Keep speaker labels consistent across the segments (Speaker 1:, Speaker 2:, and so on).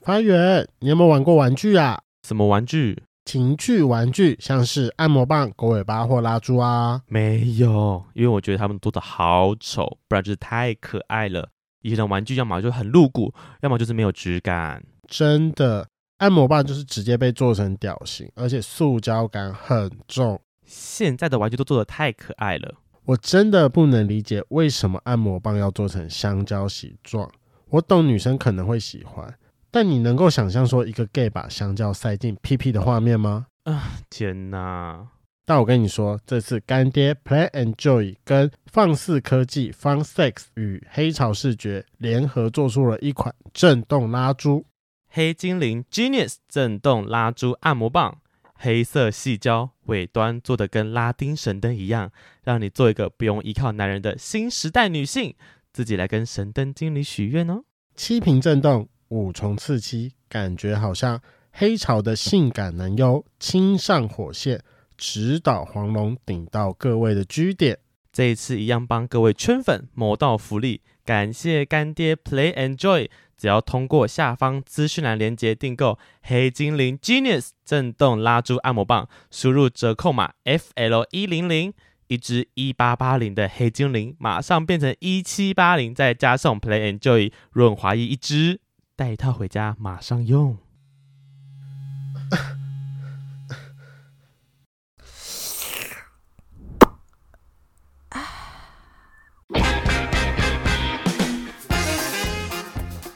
Speaker 1: 发源，你有没有玩过玩具啊？
Speaker 2: 什么玩具？
Speaker 1: 情趣玩具，像是按摩棒、狗尾巴或蜡烛啊。
Speaker 2: 没有，因为我觉得他们做的好丑，不然就是太可爱了。以前的玩具要么就很露骨，要么就是没有质感。
Speaker 1: 真的，按摩棒就是直接被做成屌型，而且塑胶感很重。
Speaker 2: 现在的玩具都做的太可爱了。
Speaker 1: 我真的不能理解为什么按摩棒要做成香蕉形状。我懂女生可能会喜欢，但你能够想象说一个 gay 把香蕉塞进屁屁的画面吗？
Speaker 2: 天哪！
Speaker 1: 但我跟你说，这次干爹 Play and Joy 跟放肆科技 Fun Sex 与黑潮视觉联合做出了一款震动拉珠，
Speaker 2: 黑精灵 Genius 震动拉珠按摩棒，黑色细胶尾端做的跟拉丁神灯一样，让你做一个不用依靠男人的新时代女性，自己来跟神灯精灵许愿哦。
Speaker 1: 七频震动，五重刺激，感觉好像黑潮的性感男优亲上火线，直捣黄龙，顶到各位的居点。
Speaker 2: 这一次一样帮各位圈粉谋到福利，感谢干爹 Play and Joy。只要通过下方资讯栏链接订购黑精灵 Genius 震动拉珠按摩棒，输入折扣码 FL 一零零，一支一八八零的黑精灵马上变成一七八零，再加送 Play and Joy 润滑液一支，带一套回家马上用。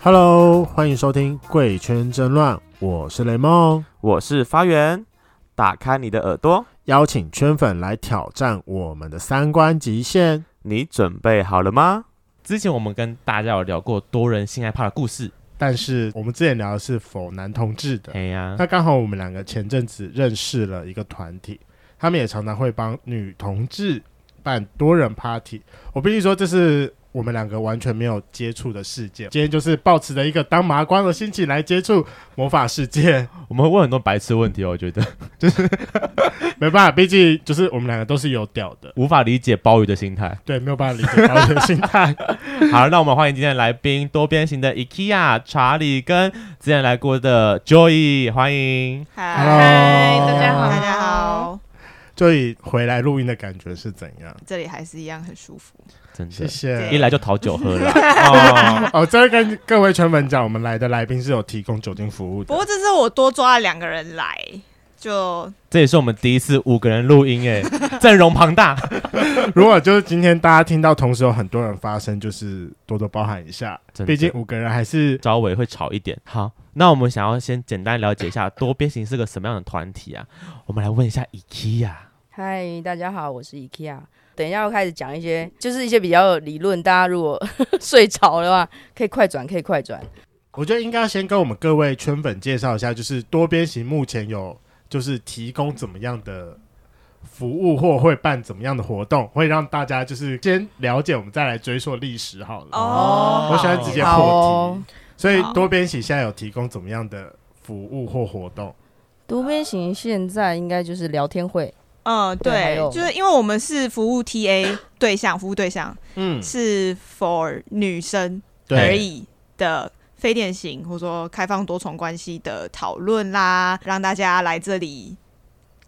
Speaker 1: Hello，欢迎收听《贵圈争乱》，我是雷梦，
Speaker 2: 我是发源，打开你的耳朵，
Speaker 1: 邀请圈粉来挑战我们的三观极限。
Speaker 2: 你准备好了吗？之前我们跟大家有聊过多人性爱趴的故事，
Speaker 1: 但是我们之前聊的是否男同志的，
Speaker 2: 哎呀，
Speaker 1: 那刚好我们两个前阵子认识了一个团体，他们也常常会帮女同志办多人 party。我必须说，这是我们两个完全没有接触的世界。今天就是抱持着一个当麻瓜的心情来接触魔法世界，
Speaker 3: 我们会问很多白痴问题哦，我觉得
Speaker 1: 没办法，毕竟就是我们两个都是有屌的，。
Speaker 3: 无法理解鲍鱼的心态
Speaker 1: 对，没有办法理解包的心态。
Speaker 3: 好，那我们欢迎今天的来宾多边形的 IKEA 查理跟之前来过的 Joy，欢迎。
Speaker 4: 嗨
Speaker 1: Hello 嗨大家好
Speaker 4: 大家好，
Speaker 1: 就以回来录音的感觉是怎样？
Speaker 4: 这里还是一样很舒服。
Speaker 3: 真
Speaker 1: 谢
Speaker 3: 的，
Speaker 1: 谢。
Speaker 3: 一来就讨酒喝 了。哦，
Speaker 1: 哦，这跟各位圈粉讲，我们来的来宾是有提供酒精服务的
Speaker 4: 不。过这次我多抓了两个人来，
Speaker 5: 哦
Speaker 4: 就
Speaker 3: 这也是我们第一次五个人录音，哎，阵容庞大。
Speaker 1: 如果就是今天大家听到同时有很多人发声，就是多多包涵一下，
Speaker 3: 真的
Speaker 1: 毕竟五个人还是
Speaker 3: 稍微会吵一点。好，那我们想要先简单了解一下多边形是个什么样的团体啊？我们来问一下 IKEA。
Speaker 5: 嗨，大家好，我是 IKEA。等一下要开始讲一些，就是一些比较理论，大家如果 睡着的话，可以快转，可以快转。
Speaker 1: 我觉得应该先跟我们各位圈粉介绍一下，就是多边形目前有就是提供怎么样的服务，或会办怎么样的活动，会让大家就是先了解，我们再来追溯历史好了。
Speaker 4: 哦
Speaker 1: 我喜欢直接破题，
Speaker 5: 好哦
Speaker 1: 所以多边形现在有提供怎么样的服务或活动？
Speaker 5: 多边形现在应该就是聊天会，
Speaker 4: 嗯，
Speaker 5: 对还
Speaker 4: 对，
Speaker 5: 有
Speaker 4: 就是因为我们是服务 TA 对象，服务对象
Speaker 1: 嗯，
Speaker 4: 是 for 女生
Speaker 1: 对
Speaker 4: 而已的。非典型或者说开放多重关系的讨论啦，让大家来这里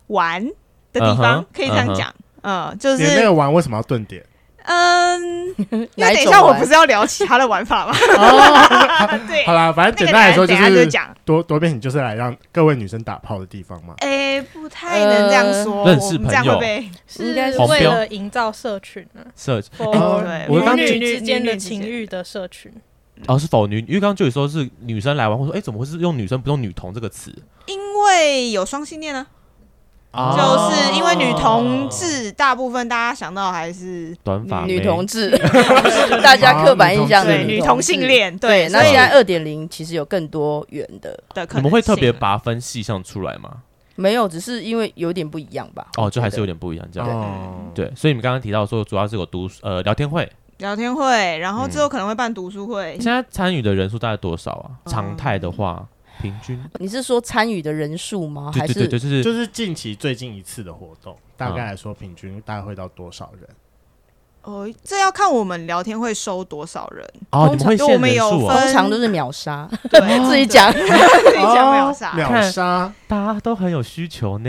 Speaker 4: 玩的地方
Speaker 3: 嗯哼
Speaker 4: 可以这
Speaker 3: 嗯
Speaker 4: 样
Speaker 3: 哼
Speaker 4: 讲。嗯，就
Speaker 1: 你那
Speaker 4: 是
Speaker 1: 个玩为什么要顿点？
Speaker 4: 嗯，因
Speaker 5: 哪
Speaker 4: 为等一
Speaker 5: 种
Speaker 4: 下我
Speaker 5: 玩
Speaker 4: 不是要聊其他的玩法 吗？ 对
Speaker 1: 好，啦，反
Speaker 4: 那
Speaker 1: 正
Speaker 4: 个
Speaker 1: 简单来
Speaker 4: 等
Speaker 1: 说
Speaker 4: 一下
Speaker 1: 是
Speaker 4: 就讲，
Speaker 1: 多多边形就是来让各位女生打炮的地方嘛。
Speaker 4: 哎，不太能这样说，
Speaker 3: 呃
Speaker 4: 我们这样会被
Speaker 5: 应
Speaker 6: 是
Speaker 5: 该是
Speaker 6: 为了营造社群啊，
Speaker 3: 社
Speaker 6: 否
Speaker 4: 对
Speaker 3: 我刚
Speaker 6: 女
Speaker 4: 哦女
Speaker 6: 女
Speaker 4: 女
Speaker 6: 之间
Speaker 4: 女
Speaker 6: 的
Speaker 4: 女之
Speaker 6: 情
Speaker 4: 间
Speaker 6: 欲的社群，
Speaker 3: 哦是否女，因为刚刚 Joy 说是女生来玩，我说哎、怎么会是用女生不用女同这个词？
Speaker 4: 因为有双性恋呢，
Speaker 3: 哦
Speaker 4: 就是因为女同志大部分大家想到还是
Speaker 3: 短发
Speaker 5: 女
Speaker 3: 妹
Speaker 5: 同志，大家刻板印象的
Speaker 4: 对女同
Speaker 5: 同
Speaker 4: 性。恋，
Speaker 5: 对，那
Speaker 4: 所以
Speaker 5: 现在二点零其实有更多元的，
Speaker 4: 的可
Speaker 3: 你
Speaker 4: 能
Speaker 3: 们会特
Speaker 4: 性
Speaker 3: 别把它分细项出来吗？
Speaker 5: 没有，只是因为有点不一样吧。
Speaker 3: 哦，就还是有
Speaker 5: 点。
Speaker 3: 点不一样这样。
Speaker 1: 哦，
Speaker 3: 对，所以你们刚刚提到说，主要是有读呃聊天会，
Speaker 4: 聊天会，然后之后可能会办读书会
Speaker 3: 现，在参与的人数大概多少啊？
Speaker 4: 嗯
Speaker 3: 常态的话，平均
Speaker 5: 你是说参与的人数吗？
Speaker 3: 对
Speaker 5: 哦还
Speaker 3: 对对，就
Speaker 5: 是
Speaker 3: 是
Speaker 1: 就是近期最近一次的活动，大概来说平均大概会到多少人？
Speaker 4: 呃，这要看我们聊天会收多少人，
Speaker 2: 哦，你们会
Speaker 4: 就
Speaker 2: 限
Speaker 4: 我们
Speaker 2: 人
Speaker 4: 有
Speaker 2: 数哦，
Speaker 4: 分
Speaker 5: 通常都是秒 杀，
Speaker 4: 对，
Speaker 5: 自己讲。
Speaker 4: 自己讲没有啥。
Speaker 1: 哦秒杀
Speaker 3: 大家都很有需求呢。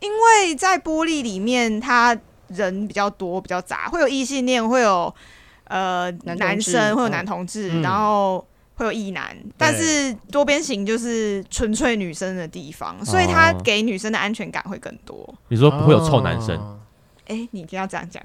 Speaker 4: 因为在玻璃里面，他人比较多，比较杂，会有异性恋，会有呃
Speaker 5: 男同志
Speaker 4: 男生，会有男同志，
Speaker 1: 嗯
Speaker 4: 然后会有异男。但是多边形就是纯粹女生的地方，
Speaker 3: 哦
Speaker 4: 所以他给女生的安全感会更多。
Speaker 3: 你说不会有臭男生，
Speaker 1: 哦
Speaker 4: 哎、你一定要 这样讲，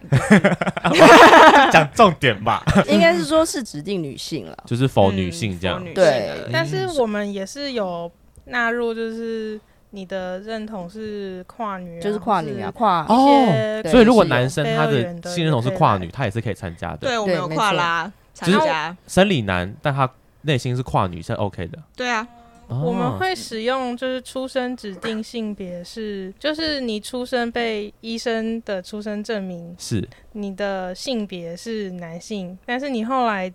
Speaker 3: 讲重点吧，
Speaker 5: 应该是说是指定女性了。
Speaker 3: 就是否女性这样
Speaker 4: 嗯。否女性
Speaker 5: 对
Speaker 3: 哎
Speaker 4: 的
Speaker 6: 但是我们也是有纳入，就是你的认同是跨女啊、
Speaker 5: 就是跨女啊，
Speaker 6: 或
Speaker 5: 跨
Speaker 6: 是一些
Speaker 3: 哦
Speaker 5: 对
Speaker 6: 对
Speaker 3: 所以如果
Speaker 5: 是有
Speaker 3: 男生他
Speaker 6: 非二元
Speaker 3: 的
Speaker 6: 的
Speaker 3: 性认同是跨女，他也是可以参加的。
Speaker 4: 对我们有
Speaker 5: 没
Speaker 4: 跨
Speaker 5: 错
Speaker 4: 拉参
Speaker 3: 就是
Speaker 4: 加，
Speaker 3: 生理男，但他内心是跨女，是 OK 的。
Speaker 4: 对啊，
Speaker 6: 我们
Speaker 3: 哦
Speaker 6: 会使用就是出生指定性别是，就是你出生被医生的出生证明，
Speaker 3: 是
Speaker 6: 你的性别是男性，但是你后来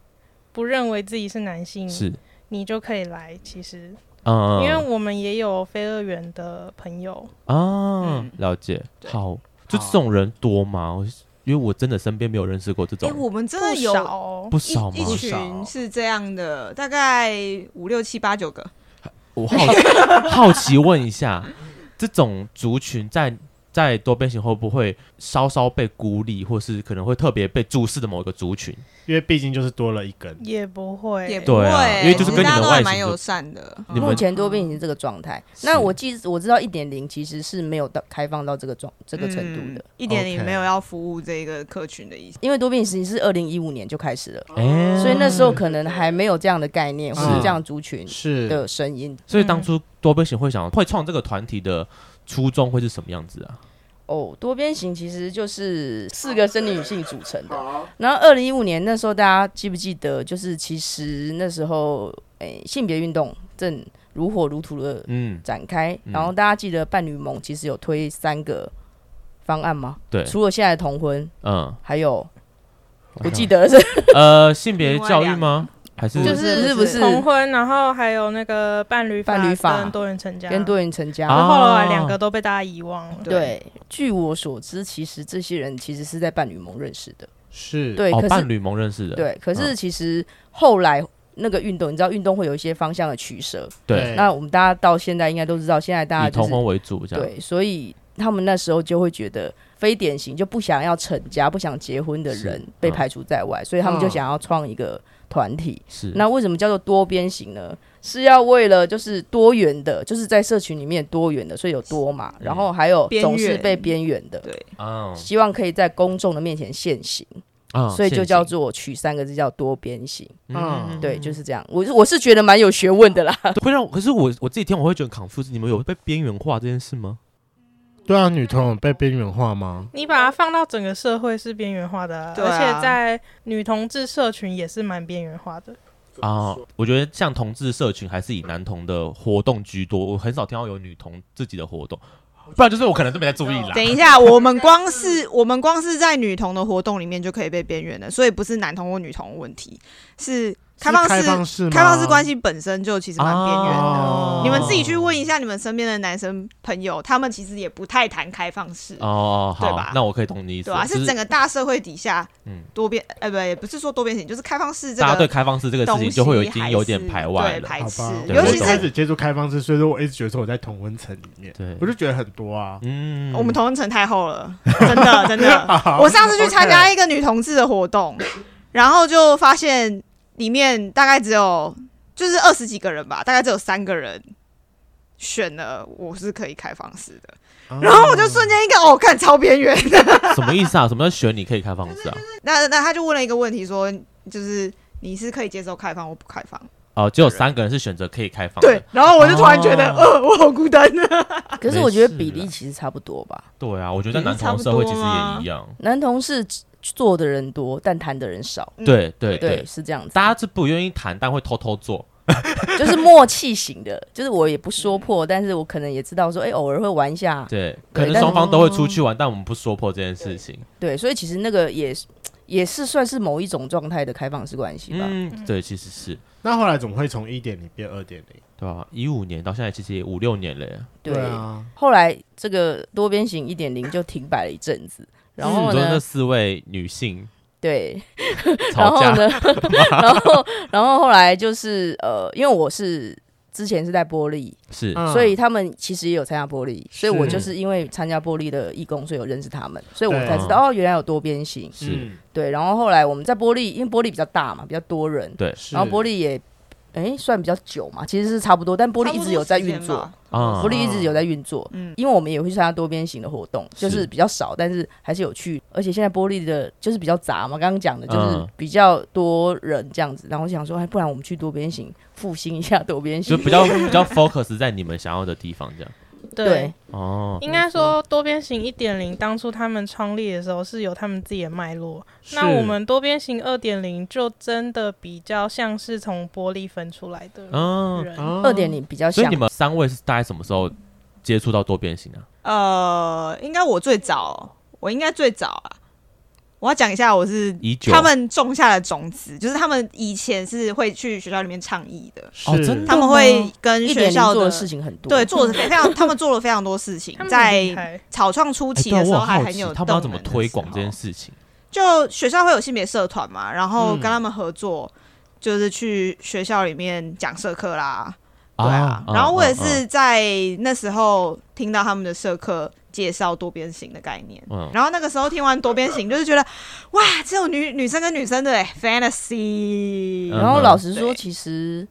Speaker 6: 不认为自己是男性，
Speaker 3: 是，
Speaker 6: 你就可以来。其实，
Speaker 3: 嗯，
Speaker 6: 嗯因为我们也有非二元的朋友，
Speaker 3: 啊
Speaker 4: 嗯，
Speaker 3: 了解。
Speaker 4: 对
Speaker 3: 好，就这种人多吗？我因为我真的身边没有认识过这
Speaker 4: 哎、
Speaker 3: 种人，
Speaker 4: 我们真
Speaker 6: 不
Speaker 4: 的有
Speaker 6: 少哦。
Speaker 3: 不
Speaker 4: 一
Speaker 3: 少吗？
Speaker 4: 一群是这样的，大概五六七八九个。
Speaker 3: 我好奇好奇问一下，这种族群在在多边形会不会稍稍被孤立，或是可能会特别被注视的某一个族群？
Speaker 1: 因为毕竟就是多了一根。
Speaker 6: 也不会，
Speaker 4: 也不
Speaker 3: 对
Speaker 4: 会、
Speaker 3: 啊因为就是
Speaker 4: 其实
Speaker 3: 跟你
Speaker 4: 大家
Speaker 3: 的
Speaker 4: 都
Speaker 3: 外
Speaker 4: 还
Speaker 3: 形
Speaker 4: 蛮
Speaker 3: 就
Speaker 4: 友善的。嗯
Speaker 3: 你们
Speaker 5: 目前多边已经这个状态。
Speaker 3: 是
Speaker 5: 那我记我知道一点零其实是没有到开放到这个状这个程度的，
Speaker 4: 嗯一点也
Speaker 1: OK
Speaker 4: 没有要服务这个客群的意思。
Speaker 5: 因为多边其实是二零一五年就开始了，
Speaker 3: 哎、
Speaker 5: 所以那时候可能还没有这样的概念
Speaker 1: 是
Speaker 5: 或是这样族群
Speaker 1: 是
Speaker 5: 的声音。
Speaker 3: 所以当初多边形会想会创这个团体的初衷会是什么样子啊？
Speaker 5: 哦，多边形其实就是四个生理女性组成的。然后二零一五年那时候，大家记不记得？就是其实那时候，诶、性别运动正如火如荼的
Speaker 3: 嗯，
Speaker 5: 展开。
Speaker 3: 嗯
Speaker 5: 然后大家记得伴侣盟其实有推三个方案吗？
Speaker 3: 对，
Speaker 5: 除了现在的同婚，
Speaker 3: 嗯，
Speaker 5: 还有我记
Speaker 3: 得
Speaker 5: 得是
Speaker 3: 呃，性别教育吗？还是
Speaker 5: 不
Speaker 6: 就是是
Speaker 5: 不是不是
Speaker 6: 同婚，然后还有那个伴侣
Speaker 5: 伴侣法
Speaker 6: 跟多人成家，
Speaker 5: 跟多元哦成家。
Speaker 3: 啊
Speaker 6: 然后后来两个都被大家遗忘了。
Speaker 5: 对，据我所知，其实这些人其实是在伴侣盟认识的。
Speaker 1: 是，
Speaker 5: 对，
Speaker 3: 哦
Speaker 5: 可
Speaker 3: 伴
Speaker 5: 是
Speaker 3: 侣盟认识的？
Speaker 5: 对，可是
Speaker 3: 嗯
Speaker 5: 其实后来那个运动，你知道运动会有一些方向的取舍。
Speaker 3: 对，
Speaker 5: 那我们大家到现在应该都知道，现在大家
Speaker 3: 以
Speaker 5: 就
Speaker 3: 同
Speaker 5: 是
Speaker 3: 婚为主这样。
Speaker 5: 对，所以他们那时候就会觉得非典型就不想要成家、不想结婚的
Speaker 3: 是
Speaker 5: 人
Speaker 3: 嗯
Speaker 5: 被排除在外，所以他
Speaker 4: 嗯
Speaker 5: 们就想要创一个团体。
Speaker 3: 是
Speaker 5: 那为什么叫做多边型呢？是要为了就是多元的，就是在社群里面多元的，所以有多嘛，
Speaker 3: 嗯
Speaker 5: 然后还有
Speaker 4: 边
Speaker 5: 总是
Speaker 4: 缘
Speaker 5: 被边缘的，
Speaker 4: 对，
Speaker 3: 嗯
Speaker 5: 希望可以在公众的面前现形，
Speaker 3: 嗯
Speaker 5: 所以就叫
Speaker 3: 陷
Speaker 5: 做取三个字叫多边型。
Speaker 3: 阱
Speaker 1: 嗯
Speaker 5: 对，就是这样。我是我是觉得蛮有学问 的啦。
Speaker 3: 会让我，可是我我自己听我会觉得 confuse，你们有被边缘化这件事吗？
Speaker 1: 对啊，女同有被边缘化吗？
Speaker 6: 你把它放到整个社会是边缘化的啊、
Speaker 4: 对啊
Speaker 6: 而且在女同志社群也是蛮边缘化的。
Speaker 3: 啊，我觉得像同志社群还是以男同的活动居多，我很少听到有女同自己的活动，不然就是我可能都没在注意啦。
Speaker 4: 等一下， 我们光是我们光是在女童的活动里面就可以被边缘了，所以不是男童或女童的问题，是开放
Speaker 1: 是开
Speaker 4: 式
Speaker 1: 放式吗
Speaker 4: 开放式关系本身就其实蛮边缘的。
Speaker 3: 哦
Speaker 4: 你们自己去问一下你们身边的男生朋友，他们其实也不太谈开放式，
Speaker 3: 哦，
Speaker 4: 对
Speaker 3: 好
Speaker 4: 吧，
Speaker 3: 那我可以懂你意思
Speaker 4: 对吧、
Speaker 3: 了，
Speaker 4: 啊？是整
Speaker 3: 个
Speaker 4: 个大社会底下
Speaker 3: 嗯，
Speaker 4: 多边，呃，不，也不是说多边形，就是开放式这
Speaker 3: 大家对
Speaker 4: 个
Speaker 3: 开放式这个事
Speaker 4: 东
Speaker 3: 情
Speaker 4: 西
Speaker 3: 就会有已经
Speaker 4: 还
Speaker 3: 有点
Speaker 4: 是
Speaker 3: 排外
Speaker 4: 对
Speaker 3: 了。
Speaker 4: 排
Speaker 1: 好
Speaker 4: 斥
Speaker 1: 吧，，
Speaker 3: 对
Speaker 1: 我
Speaker 4: 尤
Speaker 1: 一
Speaker 4: 其
Speaker 3: 懂
Speaker 1: 开
Speaker 4: 是
Speaker 1: 始接触开放式，所以说我一直觉得说我在同温层里面，
Speaker 3: 对，
Speaker 1: 我就觉得很多啊。
Speaker 3: 嗯
Speaker 4: 我们同仁层太厚了，真 的真的。
Speaker 1: 好
Speaker 4: 我上次去参加
Speaker 1: OK
Speaker 4: 一个女同志的活动，然后就发现里面大概只有就是二十几个人吧，大概只有三个人选了我是可以开放式的，然后我就瞬间一个哦，看超边缘的。
Speaker 3: 什么意思啊？什 么叫选你可以开放式啊？
Speaker 4: 那那他就问了一个问题说，就是你是可以接受开放或不开放？
Speaker 3: 哦，只有三个人是选择可以开放
Speaker 4: 对
Speaker 3: 的。，
Speaker 4: 然后我就突然觉得，
Speaker 3: 哦
Speaker 4: 呃，我好孤单啊。
Speaker 5: 可是
Speaker 3: 没
Speaker 5: 我觉
Speaker 3: 事
Speaker 5: 得比
Speaker 3: 啦
Speaker 5: 例其实差不多吧。
Speaker 3: 对啊，我觉得
Speaker 4: 嗯
Speaker 3: 在男
Speaker 4: 差
Speaker 3: 同
Speaker 4: 不
Speaker 3: 社会
Speaker 4: 多
Speaker 3: 其实
Speaker 4: 吗
Speaker 3: 也一样。
Speaker 5: 男同事做的人多，但谈的人少。
Speaker 4: 嗯
Speaker 3: 对对
Speaker 5: 对，
Speaker 3: 对，
Speaker 5: 是这样子，
Speaker 3: 大家是不愿意谈，但会偷偷做。
Speaker 5: 就是默契型的，就是我也不说破，但是我可能也知道说，哎、偶尔会玩一下，
Speaker 3: 对，
Speaker 5: 对
Speaker 3: 可能
Speaker 5: 但
Speaker 3: 双方都会出去玩，但我们不说破这件事情。
Speaker 5: 对，所以其实那个也是也是算是某一种状态的开放式关系吧。
Speaker 3: 嗯，对，其实是
Speaker 1: 那后来怎么会从一点零变二点零？
Speaker 3: 对啊，一五年到现在其实也五六年了耶。
Speaker 5: 对，
Speaker 1: 啊，
Speaker 5: 后来这个多边形一点零就停摆了一阵子，然后
Speaker 3: 你说那
Speaker 5: 呢，
Speaker 3: 四位女性
Speaker 5: 对，然
Speaker 3: 吵
Speaker 5: 后
Speaker 3: 架
Speaker 5: 呢， 然后然后后来就是呃，因为我是之前是在玻璃，
Speaker 3: 是
Speaker 1: 嗯
Speaker 5: 所以他们其实也有参加玻璃，所以我
Speaker 1: 是
Speaker 5: 就是因为参加玻璃的义工，所以有认识他们，所以我
Speaker 1: 对
Speaker 3: 啊
Speaker 5: 才知道哦，原来有多边形。
Speaker 3: 是，
Speaker 1: 嗯
Speaker 5: 对，然后后来我们在玻璃，因为玻璃比较大嘛，比较多人，
Speaker 3: 对
Speaker 1: 是
Speaker 5: 然后玻璃也，哎，算比较久嘛，其实是差不多，但 玻璃一直有在运作，
Speaker 3: 啊
Speaker 5: 玻璃一直有在运作。
Speaker 4: 嗯，
Speaker 5: 因为我们也会去参加多边形的活动，就是
Speaker 3: 是
Speaker 5: 比较少，但是还是有趣。而且现在玻璃的就是比较杂嘛，刚刚讲的就是
Speaker 3: 嗯
Speaker 5: 比较多人这样子。然后我想说，哎，不然我们去多边形复兴一下多边
Speaker 3: 就
Speaker 5: 形。
Speaker 3: 比较比较 focus 在你们想要的地方，这样
Speaker 5: 对，
Speaker 3: 哦，
Speaker 6: 应该说多边形一点零当初他们创立的时候是有他们自己的脉络，
Speaker 1: 是
Speaker 6: 那我们多边形二点零就真的比较像是从玻璃分出来的
Speaker 3: 嗯，
Speaker 6: 人，
Speaker 1: 哦
Speaker 5: 二点零比较
Speaker 3: 所以
Speaker 5: 像
Speaker 3: 你们三位是大概什么时候接触到多边形啊？
Speaker 4: 呃，应该我最早，我应该最早啊。我要讲一下，我是
Speaker 3: 已久
Speaker 4: 他们种下的种子，就是他们以前是会去学校里面倡议的，
Speaker 3: 哦真的
Speaker 4: 他们会跟
Speaker 5: 一
Speaker 4: 学
Speaker 5: 点零
Speaker 4: 校
Speaker 5: 做的事情很多，
Speaker 4: 对，做的非 常，他们做了非常多事情
Speaker 6: 他，们很厉
Speaker 4: 在
Speaker 6: 害
Speaker 4: 草创初
Speaker 3: 哎
Speaker 4: 期
Speaker 3: 对啊
Speaker 4: 的时
Speaker 3: 我
Speaker 4: 候
Speaker 3: 很
Speaker 4: 还
Speaker 3: 好
Speaker 4: 很
Speaker 3: 奇
Speaker 4: 有
Speaker 3: 他们要怎
Speaker 4: 动
Speaker 3: 么
Speaker 4: 能的
Speaker 3: 推
Speaker 4: 时
Speaker 3: 广这
Speaker 4: 候
Speaker 3: 件事情？
Speaker 4: 就学校会有性别社团嘛，然后
Speaker 1: 嗯
Speaker 4: 跟他们合作，就是去学校里面讲社课啦，对
Speaker 3: 啊
Speaker 4: 啊。然后我也
Speaker 3: 嗯
Speaker 4: 是在那时候听到他们的社课介绍多边形的概念，
Speaker 3: 嗯，
Speaker 4: 然后那个时候听完多边形，就是觉得哇，这种女女生跟女生的、欸、fantasy，、
Speaker 3: 嗯
Speaker 5: 然后老实说，
Speaker 4: 对
Speaker 5: 其实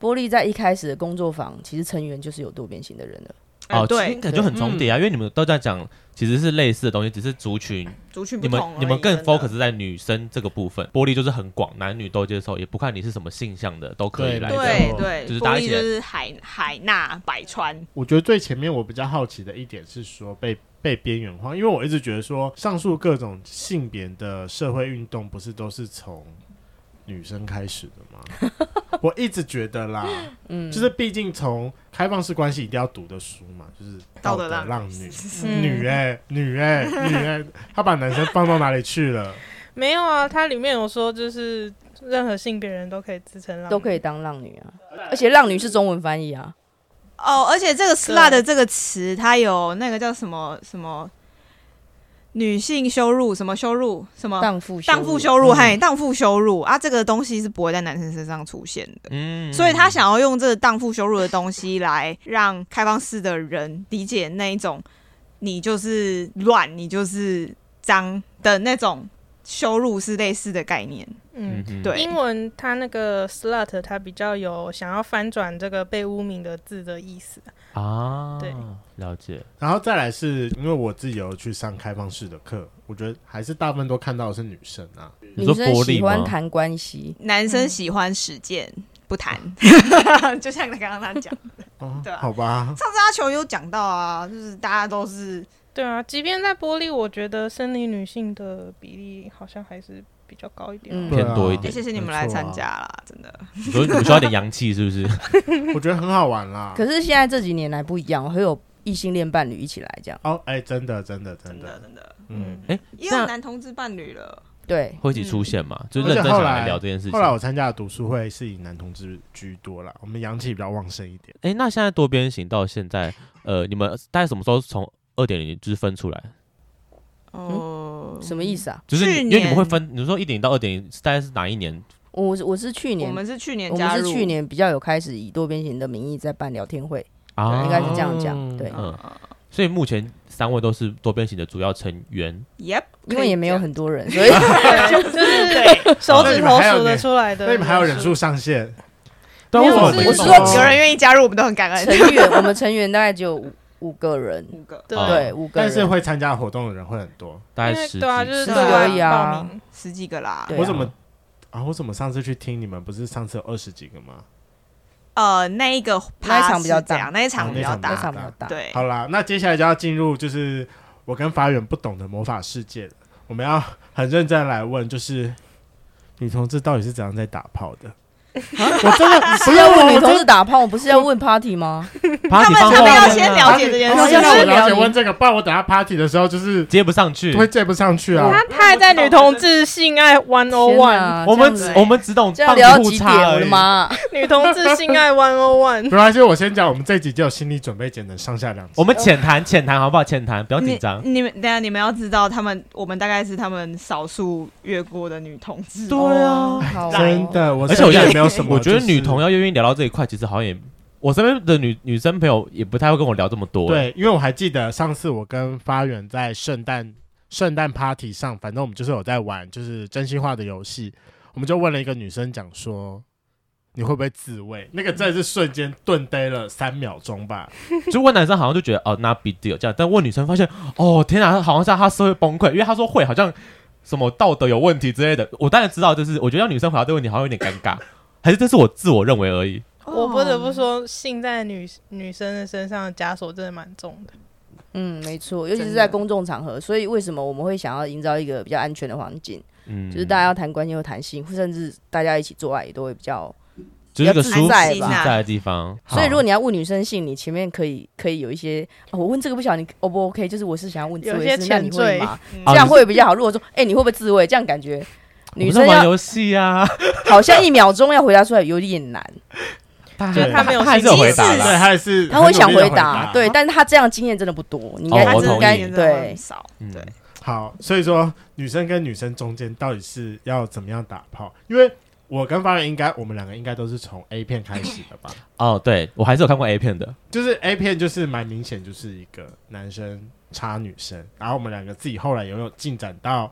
Speaker 5: 玻璃在一开始的工作坊，其实成员就是有多边形的人了。
Speaker 4: 哎
Speaker 3: 哦，其
Speaker 4: 对嗯
Speaker 3: 实感觉很重叠啊，因为你们都在讲，其实是类似的东西，只是族群，
Speaker 4: 族群
Speaker 3: 你
Speaker 4: 不
Speaker 3: 们
Speaker 4: 同而已，
Speaker 3: 你们更
Speaker 4: 真的
Speaker 3: focus 在女生这个部分，玻璃就是很广，男女都接受，也不看你是什么性向的，都可
Speaker 1: 对
Speaker 3: 以来
Speaker 1: 没
Speaker 3: 这
Speaker 1: 错
Speaker 3: 样。
Speaker 4: 对
Speaker 1: 错
Speaker 4: 对，
Speaker 3: 就是大
Speaker 4: 玻
Speaker 3: 家
Speaker 4: 璃
Speaker 3: 一起
Speaker 4: 就是海海纳百川，
Speaker 1: 我觉得最前面我比较好奇的一点是说被被边缘化，因为我一直觉得说上述各种性别的社会运动不是都是从女生开始的吗？我一直觉得啦，
Speaker 5: 嗯，
Speaker 1: 就是毕竟从开放式关系一定要读的书嘛，就是道德浪女。
Speaker 6: 嗯
Speaker 1: 女哎、女哎、女哎、她把男生放到哪里去了？
Speaker 6: 没有啊，它里面有说就是任何性别人都可以自称浪，
Speaker 5: 都可以。当浪女啊，而且浪女是中文翻译啊。
Speaker 4: 哦，而且这个 slut
Speaker 6: 对
Speaker 4: 这个词，它有那个叫什么什么女性羞辱，什么羞辱，什么
Speaker 5: 荡妇
Speaker 4: 荡妇
Speaker 3: 嗯
Speaker 4: 羞辱，嘿，荡妇羞辱啊，这个东西是不会在男生身上出现的。
Speaker 3: 嗯
Speaker 4: 所以他想要用这个荡妇羞辱的东西来让开放式的人理解那一种你就是乱，你就是脏的那种羞辱是类似的概念。
Speaker 6: 嗯，
Speaker 3: 哼
Speaker 4: 对
Speaker 6: 英文它那个 slut 它比较有想要翻转这个被污名的字的意思。
Speaker 3: 啊，
Speaker 6: 对，
Speaker 3: 了解。
Speaker 1: 然后再来是因为我自己有去上开放式的课，我觉得还是大部分都看到的是女生啊。
Speaker 3: 你
Speaker 5: 女
Speaker 3: 说
Speaker 5: 生
Speaker 3: 玻
Speaker 5: 喜
Speaker 3: 璃
Speaker 5: 欢
Speaker 3: 吗？
Speaker 5: 谈关系，
Speaker 4: 男生喜欢实践，不谈，就像刚刚他讲，
Speaker 1: 哦
Speaker 4: 对啊
Speaker 1: 好吧，
Speaker 4: 阿球有讲到啊，就是大家都是
Speaker 6: 对啊，即便在玻璃，我觉得生理女性的比例好像还是比较高一点啊。
Speaker 5: 嗯
Speaker 1: 对啊
Speaker 3: 偏多一
Speaker 4: 哎、
Speaker 3: 点
Speaker 4: 谢谢你们来参加啦，真的。
Speaker 3: 你说你们需要点阳气是不 是？
Speaker 1: 我觉得很好玩
Speaker 3: 啊
Speaker 1: 啦。
Speaker 5: 可是现在这几年来不一样，会有异性恋伴侣一起来这样。
Speaker 1: 哦，哎，真的，真的，真的，
Speaker 4: 真的，
Speaker 1: 嗯。
Speaker 4: 也
Speaker 3: 那
Speaker 4: 有男同志伴侣了，
Speaker 5: 对，
Speaker 3: 会一起出现
Speaker 4: 嗯
Speaker 3: 嘛？就
Speaker 1: 而且
Speaker 3: 认真
Speaker 1: 后
Speaker 3: 想
Speaker 1: 来
Speaker 3: 来聊这件事
Speaker 1: 后
Speaker 3: 情
Speaker 1: 来。我参加的读书会是以男同志居多啦，我们阳气比较旺盛一点。
Speaker 3: 哎，那现在多边形到现在，呃，你们大概什么时候从二点零就是分出来？
Speaker 4: 哦、
Speaker 5: 什么意思啊？
Speaker 3: 就是你因
Speaker 4: 去
Speaker 3: 为你们会
Speaker 4: 年
Speaker 3: 分，你说一点零到二点零大概是哪一年？
Speaker 5: 我是我是去
Speaker 4: 我
Speaker 5: 年，
Speaker 4: 们是去年
Speaker 5: 我
Speaker 4: 加
Speaker 5: 们
Speaker 4: 入，
Speaker 5: 是去年比较有开始以多边形的名义在办聊天会，
Speaker 3: 啊
Speaker 5: 应该是这样讲。对，
Speaker 3: 嗯，所以目前三位都是多边形的主要成员。
Speaker 4: ，Yep，
Speaker 5: 因为也没有很多人，所 以
Speaker 6: 对就是手指头数得出来的。
Speaker 1: 那你们还有忍数上限？
Speaker 3: 但
Speaker 6: 没
Speaker 3: 为什
Speaker 6: 有
Speaker 3: 么
Speaker 6: 是
Speaker 3: 你们
Speaker 5: 我
Speaker 3: 懂
Speaker 5: 说
Speaker 3: 吗
Speaker 4: 有人愿意加入，我们都很感恩。
Speaker 5: 成员我们成员大概只有五五个人，
Speaker 4: 五个
Speaker 6: 对
Speaker 3: 啊
Speaker 5: 对，五个
Speaker 1: 但
Speaker 5: 人。
Speaker 1: 是会参加活动的人会很多。
Speaker 3: 大概
Speaker 6: 因为
Speaker 3: 十
Speaker 6: 对啊，
Speaker 3: 几
Speaker 6: 就是
Speaker 5: 十
Speaker 6: 对
Speaker 5: 几
Speaker 6: 外
Speaker 5: 而已啊
Speaker 6: 报名
Speaker 4: 十几个啦，
Speaker 5: 对啊
Speaker 1: 我怎么啊？我怎么上次去听你们不是上次有二十几个吗？
Speaker 4: 呃，那一个
Speaker 5: 那一场
Speaker 4: 趴是
Speaker 5: 比较
Speaker 4: 这
Speaker 5: 大
Speaker 4: 样，那一场
Speaker 1: 哦
Speaker 4: 比较
Speaker 1: 那
Speaker 5: 那
Speaker 4: 大，
Speaker 5: 场比较大，
Speaker 4: 对，
Speaker 1: 好啦，那接下来就要进入就是我跟法远不懂的魔法世界了。我们要很认真地来问，就是女同志到底是怎样在打炮的？我真 的不
Speaker 5: 要
Speaker 1: 要啊我，
Speaker 5: 问女
Speaker 1: 我
Speaker 5: 同
Speaker 1: 真
Speaker 5: 事
Speaker 1: 的。
Speaker 5: 打炮，不是要问 party 吗？
Speaker 3: 他
Speaker 4: 们他们要先了解这件
Speaker 1: 哦
Speaker 4: 事
Speaker 1: 现在我
Speaker 5: 先
Speaker 1: 了
Speaker 5: 聊
Speaker 1: 解
Speaker 5: 你
Speaker 1: 问这个，不然我等下 party 的时候就是
Speaker 3: 接不上去。
Speaker 1: 会接不上去啊。
Speaker 6: 他他还在女同志性爱 one o
Speaker 5: 天
Speaker 6: one，
Speaker 5: 哪
Speaker 3: 我们
Speaker 5: 啊这
Speaker 3: 只
Speaker 5: 样子
Speaker 3: 我们只懂
Speaker 5: 这样
Speaker 3: 棒
Speaker 5: 聊
Speaker 3: 子
Speaker 5: 到
Speaker 3: 互
Speaker 5: 几
Speaker 3: 插
Speaker 5: 点？我
Speaker 3: 而
Speaker 5: 的
Speaker 3: 已。
Speaker 5: 妈啊！
Speaker 6: 女同志性爱 one o one。
Speaker 1: 没关系，我先讲，我们这集就有心理准备，剪成上下两集。
Speaker 3: 我们浅谈浅谈好不好？浅谈，不要紧张。
Speaker 4: 你你们等一下你们要知道，他们我们大概是他们少数越过的女同志。
Speaker 3: 对啊，
Speaker 5: 好哦
Speaker 1: 真，的，我
Speaker 3: 而且我觉
Speaker 1: 身边
Speaker 3: 得
Speaker 1: 也没有什么，
Speaker 3: 我觉得女同
Speaker 1: 要
Speaker 3: 要愿意聊到这一块，其实好像也，我身边的女女生朋友也不太会跟我聊这么多。，
Speaker 1: 对，因为我还记得上次我跟发源在圣诞圣诞 party 上，反正我们就是有在玩就是真心话的游戏，我们就问了一个女生讲说。你会不会自慰？那个真的是瞬间顿呆了三秒钟吧。
Speaker 3: 就问男生好像就觉得哦，not big deal 这样，但问女生发现哦，天哪，好像是她社会崩溃，因为她说会好像什么道德有问题之类的。我当然知道，就是我觉得让女生回答这个问题好像有点尴尬，还是这是我自我认为而已。
Speaker 6: 哦我不
Speaker 3: 哦
Speaker 6: 得不说，性在女女生的身上的枷锁真的蛮重的。
Speaker 5: 嗯，没错，尤其是
Speaker 4: 真
Speaker 5: 在
Speaker 4: 的
Speaker 5: 公众场合，所以为什么我们会想要营造一个比较安全的环境？
Speaker 3: 嗯，
Speaker 5: 就是大家要谈关系又谈性，甚至大家一起做爱也都会比较。
Speaker 3: 就是一个
Speaker 5: 比
Speaker 3: 舒
Speaker 5: 较
Speaker 3: 服
Speaker 5: 自在
Speaker 3: 自
Speaker 5: 吧
Speaker 3: 在的地方。
Speaker 5: 所以如
Speaker 3: 好
Speaker 5: 果你要问女生性，你前面可以可以有一些，哦、我问这个不晓得你 O 不 OK，就是我是想要问自
Speaker 6: 有
Speaker 5: 慰
Speaker 6: 些
Speaker 5: 是，那你
Speaker 6: 前
Speaker 5: 会
Speaker 6: 缀
Speaker 5: 吗？
Speaker 4: 嗯
Speaker 5: 这样会比较好。如果说，哎、你会不会自慰？这样感觉
Speaker 3: 我们
Speaker 5: 女
Speaker 3: 在
Speaker 5: 生
Speaker 3: 玩
Speaker 5: 要
Speaker 3: 游戏 啊，
Speaker 5: 好像一秒钟要回答出来有 点难，
Speaker 6: 就是他没有
Speaker 3: 她还是有
Speaker 6: 心
Speaker 3: 回
Speaker 6: 机
Speaker 3: 答
Speaker 1: 对，
Speaker 3: 啦
Speaker 1: 她还是
Speaker 5: 她
Speaker 1: 很
Speaker 5: 会
Speaker 1: 努
Speaker 5: 想
Speaker 1: 力地
Speaker 5: 回
Speaker 1: 答
Speaker 5: 答，。对，但是她这样经验真的不应
Speaker 3: 哦
Speaker 5: 该，
Speaker 3: 我
Speaker 5: 她
Speaker 3: 同
Speaker 5: 应
Speaker 3: 意
Speaker 5: 该
Speaker 4: 真的
Speaker 5: 对
Speaker 4: 很。少。
Speaker 3: 嗯
Speaker 4: 对
Speaker 1: 好，所以说女生跟女生中间到底是要怎么样打炮？因为我跟发源应该，我们两个应该都是从 A 片开始的吧？
Speaker 3: 哦，对我还是有看过 A 片的，
Speaker 1: 就是 A 片就是蛮明显，就是一个男生插女生，然后我们两个自己后来也有进展到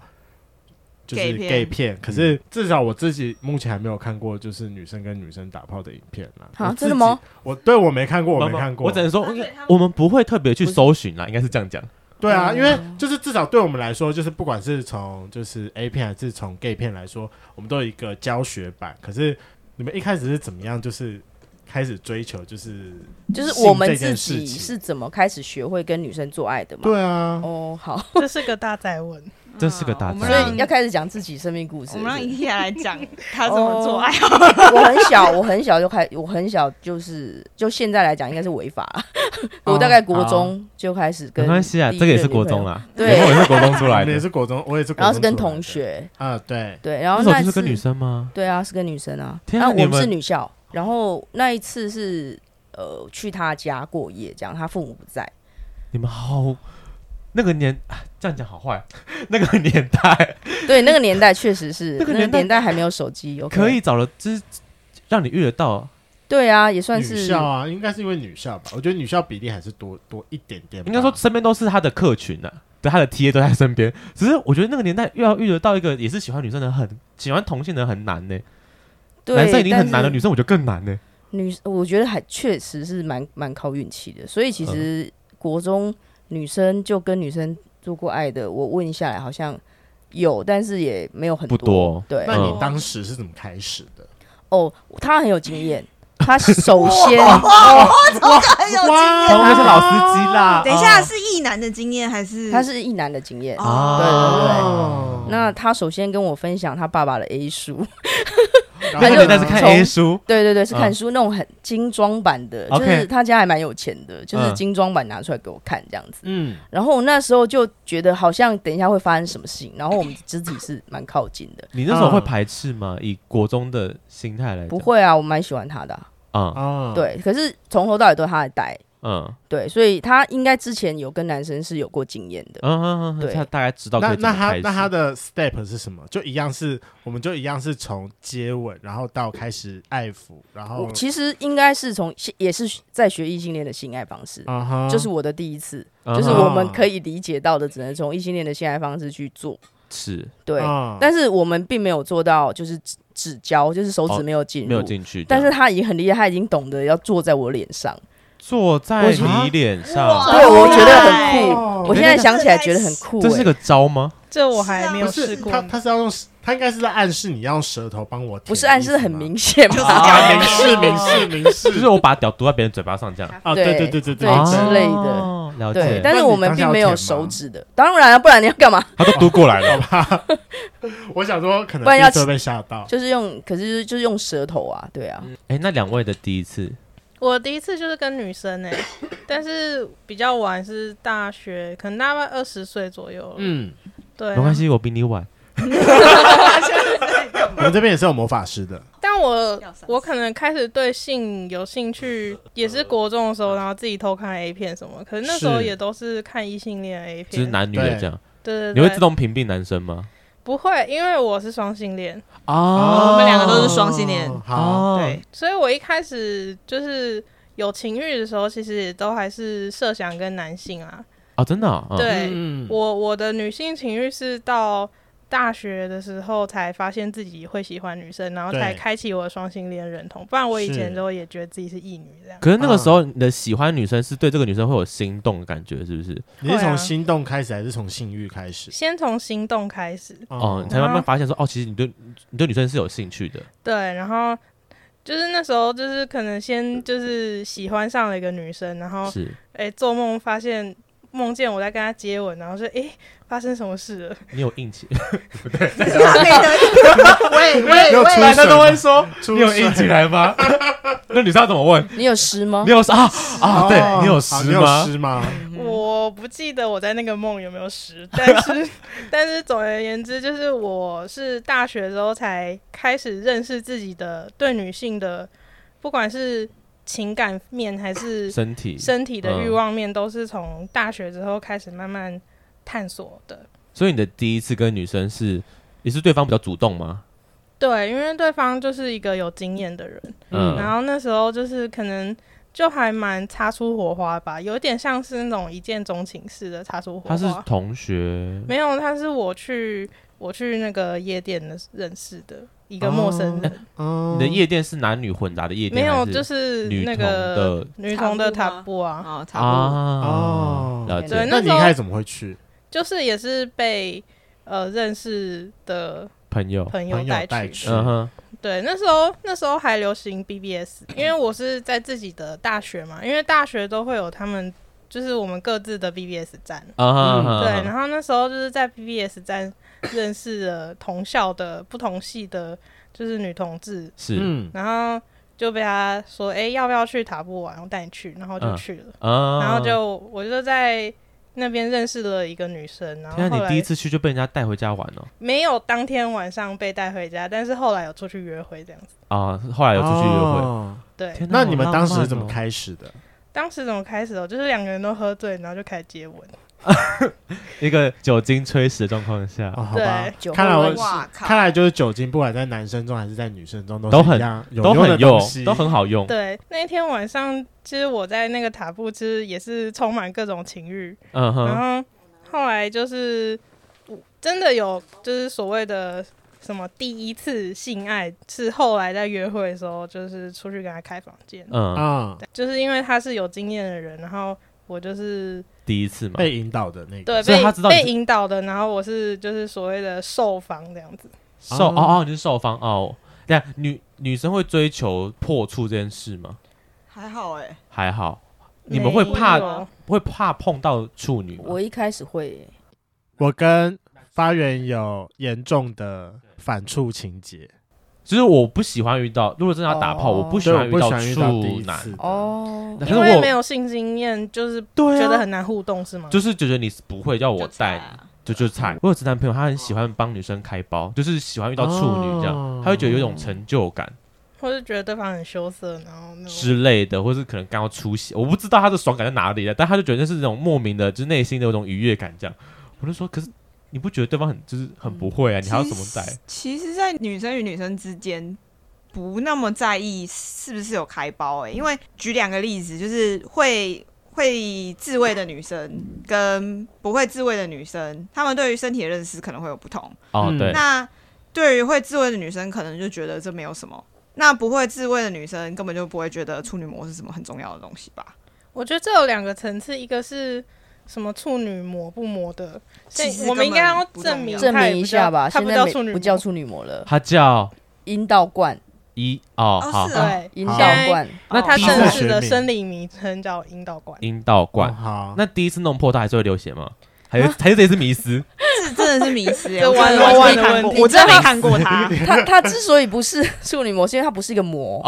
Speaker 1: 就是
Speaker 4: gay 片
Speaker 1: gay 片，可
Speaker 3: 嗯
Speaker 1: 是至少我自己目前还没有看过就是女生跟女生打炮的影片啦。我
Speaker 5: 啊
Speaker 1: 自己
Speaker 5: 真的吗？
Speaker 1: 我对我没看过，我没
Speaker 3: 不
Speaker 1: 看过，
Speaker 3: 我只能说我们不会特别去搜寻啦，应该是这样讲。
Speaker 1: 对啊，因为
Speaker 5: 哦
Speaker 1: 就是至少对我们来说，就是不管是从就是 A 片还是从 gay 片来说，我们都有一个教学版。可是你们一开始是怎么样，就是开始追求，就是
Speaker 5: 就是我
Speaker 1: 性
Speaker 5: 们
Speaker 1: 这
Speaker 5: 自
Speaker 1: 件事
Speaker 5: 己
Speaker 1: 情
Speaker 5: 是怎么开始学会跟女生做爱的嘛？
Speaker 1: 对啊，
Speaker 5: 哦，好，
Speaker 6: 这是个大宅问，
Speaker 3: 这是个大
Speaker 4: 我
Speaker 3: 宅
Speaker 4: 们
Speaker 5: 所
Speaker 4: 让
Speaker 5: 以要开始讲自己生命故事
Speaker 4: 我。们让
Speaker 5: 是不是
Speaker 4: 伊亚来讲他怎么做爱。哎
Speaker 5: 我很小，我很小就开，我很小就是就现在来讲应该是违法了。 我大概国中就开始跟
Speaker 3: 哦没关系啊，
Speaker 5: 第一
Speaker 3: 这个也
Speaker 5: 任
Speaker 3: 是
Speaker 5: 女
Speaker 3: 国
Speaker 5: 朋友
Speaker 3: 中，啦，
Speaker 5: 对
Speaker 3: 我也是国中出
Speaker 1: 我
Speaker 3: 来
Speaker 1: 们也
Speaker 3: 的。
Speaker 1: 是国中，我也是国中出来的，
Speaker 5: 然后是跟同学，
Speaker 1: 啊，对，
Speaker 5: 对，然
Speaker 3: 那
Speaker 5: 后
Speaker 3: 时候
Speaker 5: 一
Speaker 3: 就是
Speaker 5: 次
Speaker 3: 跟女生吗？
Speaker 5: 对啊，是跟女生啊。
Speaker 3: 天啊
Speaker 5: 那
Speaker 3: 你
Speaker 5: 我们
Speaker 3: 们
Speaker 5: 是女校，然后那一次是呃去他家过夜，这样他父母不在。
Speaker 3: 你们好，那个年啊 这样讲好坏，那个年代
Speaker 5: 对，那个年代确实是
Speaker 3: 那个年代
Speaker 5: 代还没有手机，OK，
Speaker 3: 可以找了，就是让你遇得到，
Speaker 5: 对啊，也算
Speaker 1: 女
Speaker 5: 是
Speaker 1: 校啊，应该是因为女校吧，我觉得女校比例还是多多一点点吧，
Speaker 3: 应该
Speaker 5: 啊
Speaker 3: 说身边都是他的客群啊，对，他的 T A 都在身边。只是我觉得那个年代遇到遇得到一个也是喜欢女生的很喜欢同性的很难呢、
Speaker 5: 对，
Speaker 3: 男生已经很难了，
Speaker 5: 但是
Speaker 3: 女生我觉得更难 呢、
Speaker 5: 女，我觉得还确实是蛮蛮靠运气的。所以其
Speaker 3: 嗯
Speaker 5: 实国中女生就跟女生做过爱的，我问下来好像有，但是也没有很
Speaker 3: 不多
Speaker 5: 对，
Speaker 1: 那你
Speaker 3: 嗯
Speaker 1: 当时是怎么开始的？
Speaker 5: 哦，他很有经验。他首先，
Speaker 4: 哎呦
Speaker 1: 哇
Speaker 3: 他们是老司机啦。
Speaker 5: 啊
Speaker 4: 等一下，
Speaker 3: 哦
Speaker 4: 是异男的经验还是？
Speaker 5: 他是一男的经验，
Speaker 4: 哦
Speaker 5: 对对对。
Speaker 1: 哦，
Speaker 5: 那他首先跟我分享他爸爸的 A 书，
Speaker 1: 然
Speaker 5: 那
Speaker 1: 后
Speaker 3: 那
Speaker 5: 就
Speaker 3: 个年代是看
Speaker 5: 从
Speaker 3: A 书，
Speaker 5: 对对对，是看
Speaker 3: 嗯
Speaker 5: 书那种很精装版的，就
Speaker 3: OK
Speaker 5: 是他家还蛮有钱的，就是
Speaker 3: 嗯
Speaker 5: 精装版拿出来给我看这样子。
Speaker 1: 嗯，
Speaker 5: 然后我那时候就觉得好像等一下会发生什么事情，然后我们肢体是蛮靠近的。
Speaker 3: 你那时候会
Speaker 1: 嗯
Speaker 3: 排斥吗？以国中的心态来讲，
Speaker 5: 不会啊，我蛮喜欢他的啊、
Speaker 3: 啊，
Speaker 1: 啊，，
Speaker 5: 对，可是从头到尾都是他在带，
Speaker 3: 嗯
Speaker 5: 对，所以他应该之前有跟男生是有过经验的
Speaker 3: 嗯。嗯嗯嗯，
Speaker 5: 对
Speaker 3: 他大概知道可
Speaker 1: 那
Speaker 3: 以怎
Speaker 1: 那
Speaker 3: 么
Speaker 1: 他
Speaker 3: 开始。
Speaker 1: 那他的 step 是什么？就一样是，我们就一样是从接吻，然后到开始爱抚，然后
Speaker 5: 我其实应该是从也是在学异性恋的性爱方式，
Speaker 1: 啊哈，
Speaker 5: 就是我的第一次，
Speaker 3: 嗯
Speaker 5: 就是
Speaker 3: 嗯
Speaker 5: 我们可以理解到的，只能从异性恋的性爱方式去做。
Speaker 3: 是
Speaker 5: 对，
Speaker 1: 啊
Speaker 5: 但是我们并没有做到，就是指指交，就是手指
Speaker 3: 哦
Speaker 5: 没有进入。
Speaker 3: 没有进去的，
Speaker 5: 但是他已经很厉害，他已经懂得要坐在我脸上。
Speaker 3: 坐在你脸上，
Speaker 5: 对，我觉得很酷。
Speaker 1: 哦
Speaker 5: 我现在想起来觉得很酷、
Speaker 3: 这是
Speaker 5: 欸
Speaker 3: 个招吗？
Speaker 6: 这我
Speaker 3: 啊
Speaker 6: 还没有
Speaker 1: 不
Speaker 6: 试
Speaker 1: 是
Speaker 6: 过
Speaker 1: 他，他是要用，他应该是在暗示你要用舌头帮我舔，
Speaker 5: 不是暗示的很
Speaker 1: 明，
Speaker 5: 明显
Speaker 4: 就是
Speaker 6: 哦
Speaker 5: 嘛，
Speaker 1: 啊，
Speaker 4: 讲
Speaker 1: 明示明示明示，
Speaker 3: 就是我把屌堵在别人嘴巴上这样，
Speaker 1: 啊，对对对对
Speaker 5: 对
Speaker 1: 啊
Speaker 5: 之类的
Speaker 3: 哦了
Speaker 5: 对
Speaker 3: 解，。
Speaker 5: 但是
Speaker 1: 那你
Speaker 5: 我们
Speaker 1: 当下
Speaker 5: 并
Speaker 1: 要
Speaker 5: 没有
Speaker 1: 舔
Speaker 5: 手
Speaker 1: 吗
Speaker 5: 指的，当然啊，不然你要干嘛？
Speaker 3: 他都嘟过来了，
Speaker 1: 我想说可能
Speaker 5: 不然要
Speaker 1: 第一次被吓到，
Speaker 5: 就是用，可是就是就是用舌头啊，对啊，
Speaker 3: 哎，那两位的第一次，
Speaker 6: 我第一次就是跟女生哎、但是比较晚是大学，可能大概二十岁左右了。
Speaker 1: 嗯，
Speaker 6: 对，啊
Speaker 3: 没关。系，我比你晚。
Speaker 1: 我们这边也是有魔法师的，
Speaker 6: 但我
Speaker 4: 要三
Speaker 6: 我可能开始对性有兴趣，也是国中的时候，然后自己偷看 A 片什么。可是那时候
Speaker 1: 是
Speaker 6: 也都是看异性恋 A
Speaker 3: 就是
Speaker 6: 片，
Speaker 3: 男女的这样，
Speaker 6: 对对对，
Speaker 3: 你会自动屏蔽男生吗？
Speaker 6: 不会，因为我是双性恋，
Speaker 3: 啊
Speaker 4: 哦我们两个都是双性恋
Speaker 1: 哦好，
Speaker 3: 哦，
Speaker 4: 对，
Speaker 6: 所以我一开始就是有情欲的时候，其实也都还是设想跟男性啊。
Speaker 3: 哦，真的哦，嗯
Speaker 6: 对
Speaker 1: 嗯，
Speaker 6: 我我的女性情欲是到大学的时候才发现自己会喜欢女生，然后
Speaker 1: 对
Speaker 6: 才开启我的双性恋认同。不然我以前
Speaker 1: 是
Speaker 6: 都也觉得自己是异女这样。
Speaker 3: 可是那个时候，你的喜欢女生是对这个女生会有心动的感觉，是不是？
Speaker 1: 你是
Speaker 6: 会啊
Speaker 1: 从心动开始还是从性欲开始？
Speaker 6: 先从行动开始，
Speaker 3: 哦，你才慢慢发现说，哦，其实你对你对女生是有兴趣的。
Speaker 6: 对，然后就是那时候就是可能先就是喜欢上了一个女生，然后
Speaker 3: 是
Speaker 6: 哎、做梦发现梦见我在跟她接吻，然后说哎、发生什么事了？
Speaker 3: 你有硬 气，
Speaker 4: 喂
Speaker 1: 没
Speaker 4: 喂
Speaker 1: 有出
Speaker 4: 喂，
Speaker 1: 水吗
Speaker 3: 说
Speaker 1: 出水
Speaker 3: 来吗？ 那女生要怎么问？
Speaker 5: 你有湿吗
Speaker 3: 你？有啊啊？
Speaker 1: 哦
Speaker 3: 对你有
Speaker 1: 好
Speaker 3: 湿吗
Speaker 1: 你有？湿吗？
Speaker 3: 嗯
Speaker 6: 我不记得我在那个梦有没有湿， 但是但是总而言之，就是我是大学之后才开始认识自己的对女性的，不管是情感面还是
Speaker 3: 身体，
Speaker 6: 身体的
Speaker 3: 嗯
Speaker 6: 欲望面，都是从大学之后开始慢慢探索的。
Speaker 3: 所以你的第一次跟女生是也是对方比较主动吗？
Speaker 6: 对，因为对方就是一个有经验的人，
Speaker 1: 嗯
Speaker 6: 然后那时候就是可能就还蛮擦出火花吧，有点像是那种一见钟情式的擦出火
Speaker 3: 他
Speaker 6: 花。
Speaker 3: 是同学，
Speaker 6: 没有，他是我去我去那个夜店的认识的一个陌生人，
Speaker 1: 嗯
Speaker 3: 你的夜店是男女混杂的夜店，
Speaker 6: 没有
Speaker 3: 还
Speaker 6: 就是
Speaker 3: 女
Speaker 6: 那
Speaker 3: 同
Speaker 6: 个
Speaker 3: 的
Speaker 6: 女童的
Speaker 4: 塔
Speaker 6: 塔布啊，
Speaker 4: 哦，差不多。
Speaker 3: 啊
Speaker 1: 哦
Speaker 3: 了
Speaker 5: 对
Speaker 3: 解
Speaker 6: 对。
Speaker 1: 那
Speaker 6: 那
Speaker 1: 你
Speaker 6: 时
Speaker 1: 一
Speaker 6: 候
Speaker 1: 开始怎么会去？
Speaker 6: 就是也是被呃认识的
Speaker 3: 朋友，
Speaker 6: 朋友
Speaker 1: 朋友
Speaker 6: 带
Speaker 1: 带
Speaker 6: 去
Speaker 1: 去
Speaker 3: 嗯哼，
Speaker 6: 对，那时候那时候还流行 BBS，因为我是在自己的大学嘛，因为大学都会有他们就是我们各自的 BBS 站。
Speaker 3: 啊哈
Speaker 1: 嗯
Speaker 3: 哈，
Speaker 6: 对，然后那时候就是在 BBS 站认识了同校的不同系的，就是女同志，
Speaker 3: 是
Speaker 1: 嗯，
Speaker 6: 然后就被他说，哎、要不要去塔布玩？我带你去，然后就
Speaker 3: 嗯
Speaker 6: 去了，
Speaker 3: 啊，
Speaker 6: 然后就我就在那边认识了一个女生，然后
Speaker 3: 天啊，
Speaker 6: 后
Speaker 3: 你
Speaker 6: 来
Speaker 3: 第一次去就被人家带回家玩哦。
Speaker 6: 没有当天晚上被带回家，但是后来有出去约会这样子。
Speaker 3: 啊，后来有出去约会。
Speaker 1: 哦
Speaker 6: 对，
Speaker 3: 天哪
Speaker 1: 那你们当时
Speaker 3: 好浪漫
Speaker 1: 是
Speaker 3: 哦
Speaker 1: 怎么开始的？
Speaker 6: 当时怎么开始哦？就是两个人都喝醉，然后就开始接吻。
Speaker 3: 哦一个酒精催死的状况下，
Speaker 1: 哦，好
Speaker 6: 对
Speaker 1: 吧
Speaker 5: 酒，后
Speaker 1: 看来
Speaker 5: 乱
Speaker 1: 我
Speaker 4: 哇靠！
Speaker 1: 看来就是酒精，不管在男生中还是在女生中，
Speaker 3: 都
Speaker 1: 是
Speaker 3: 很
Speaker 1: 一样有
Speaker 3: 都
Speaker 1: 用
Speaker 3: 很
Speaker 1: 的
Speaker 3: 用
Speaker 1: 东西，，
Speaker 3: 都很好用。
Speaker 6: 对，那一天晚上，其实我在那个塔布，其实也是充满各种情欲。
Speaker 3: 嗯哼，
Speaker 6: 然后后来就是真的有，就是所谓的什么第一次性爱，是后来在约会的时候，就是出去跟他开房间，
Speaker 3: 嗯，
Speaker 1: 啊，
Speaker 6: 就是因为他是有经验的人，然后我就是
Speaker 3: 第一次嘛，
Speaker 1: 被引导的那个。
Speaker 6: 对
Speaker 3: 所以
Speaker 6: 被
Speaker 3: 他知道你
Speaker 6: 被
Speaker 3: 是
Speaker 6: 引导的，然后我是就是所谓的受访这样子。
Speaker 3: 受
Speaker 1: 嗯
Speaker 3: 哦哦，你是受方哦。对啊，女女生会追求破处这件事吗？
Speaker 4: 还好哎，
Speaker 3: 还好，你们会
Speaker 6: 没
Speaker 3: 怕
Speaker 6: 有
Speaker 3: 会怕碰到处女吗
Speaker 5: 我？一开始会，欸
Speaker 1: 我跟发源有严重的反触情节，
Speaker 3: 就是我不喜欢遇到，如果真的要打炮，
Speaker 5: 哦
Speaker 3: 我不喜
Speaker 1: 所以
Speaker 3: 欢
Speaker 1: 我不
Speaker 3: 到
Speaker 1: 喜欢遇到第
Speaker 3: 处
Speaker 1: 一
Speaker 3: 男。
Speaker 1: 次的
Speaker 5: 哦，
Speaker 3: 可是
Speaker 6: 因为没
Speaker 3: 我
Speaker 6: 有性经验，就是
Speaker 3: 对啊
Speaker 6: 觉得很难互动，是吗？
Speaker 3: 就是觉得你不会要我
Speaker 4: 就菜
Speaker 3: 带
Speaker 4: 啊，
Speaker 3: 就就菜。我有直男朋友，他很喜欢帮女生开包，就是喜欢遇到处女这样
Speaker 1: 哦，
Speaker 3: 他会觉得有一种成就感。
Speaker 6: 或是觉得对方很羞涩，然后那种
Speaker 3: 之类的，或是可能刚要出血，我不知道他的爽感在哪里了，但他就觉得那是那种莫名的，就是内心的有种愉悦感这样。我就说，可是你不觉得对方很就是很不会啊？你还要怎么带？
Speaker 4: 其实，在女生与女生之间，不那么在意是不是有开包哎、欸因为举两个例子，就是会会自慰的女生跟不会自慰的女生，她们对于身体的认识可能会有不同。
Speaker 3: 哦，
Speaker 1: 嗯
Speaker 3: 对，
Speaker 4: 那对于会自慰的女生，可能就觉得这没有什么。那不会自慰的女生根本就不会觉得处女膜是什么很重要的东西吧？
Speaker 6: 我觉得这有两个层次，一个是什么处女膜不膜的，所
Speaker 4: 其
Speaker 6: 以
Speaker 4: 实
Speaker 6: 我们应该要
Speaker 4: 根本不重
Speaker 6: 证明
Speaker 4: 要
Speaker 5: 证
Speaker 6: 它也
Speaker 5: 明一
Speaker 6: 不叫
Speaker 5: 下吧。
Speaker 6: 它
Speaker 5: 现
Speaker 6: 不
Speaker 5: 在
Speaker 6: 叫
Speaker 5: 没
Speaker 6: 处女膜，
Speaker 5: 不叫处女膜了，
Speaker 3: 它叫
Speaker 5: 阴道冠，
Speaker 3: 一哦，
Speaker 4: 哦
Speaker 3: 好
Speaker 4: 是，啊
Speaker 6: 对，
Speaker 5: 阴
Speaker 3: 好
Speaker 5: 道冠，
Speaker 6: 那它
Speaker 1: 第一
Speaker 6: 正
Speaker 1: 次
Speaker 6: 哦式的
Speaker 1: 学名
Speaker 6: 生理名称叫阴道管，
Speaker 3: 阴道
Speaker 1: 哦
Speaker 3: 管。
Speaker 1: 好，
Speaker 3: 那第一次弄破它还是会流血吗？还是还是这是迷思？
Speaker 4: 这真的是迷失、欸，
Speaker 6: 这
Speaker 4: 我真的
Speaker 6: 弯
Speaker 4: 我
Speaker 6: 弯
Speaker 4: 真的没看
Speaker 6: 的
Speaker 4: 过
Speaker 6: 问题
Speaker 4: 我真的没看过他。
Speaker 5: 它它之所以不是处女膜，是因为它不是一个膜，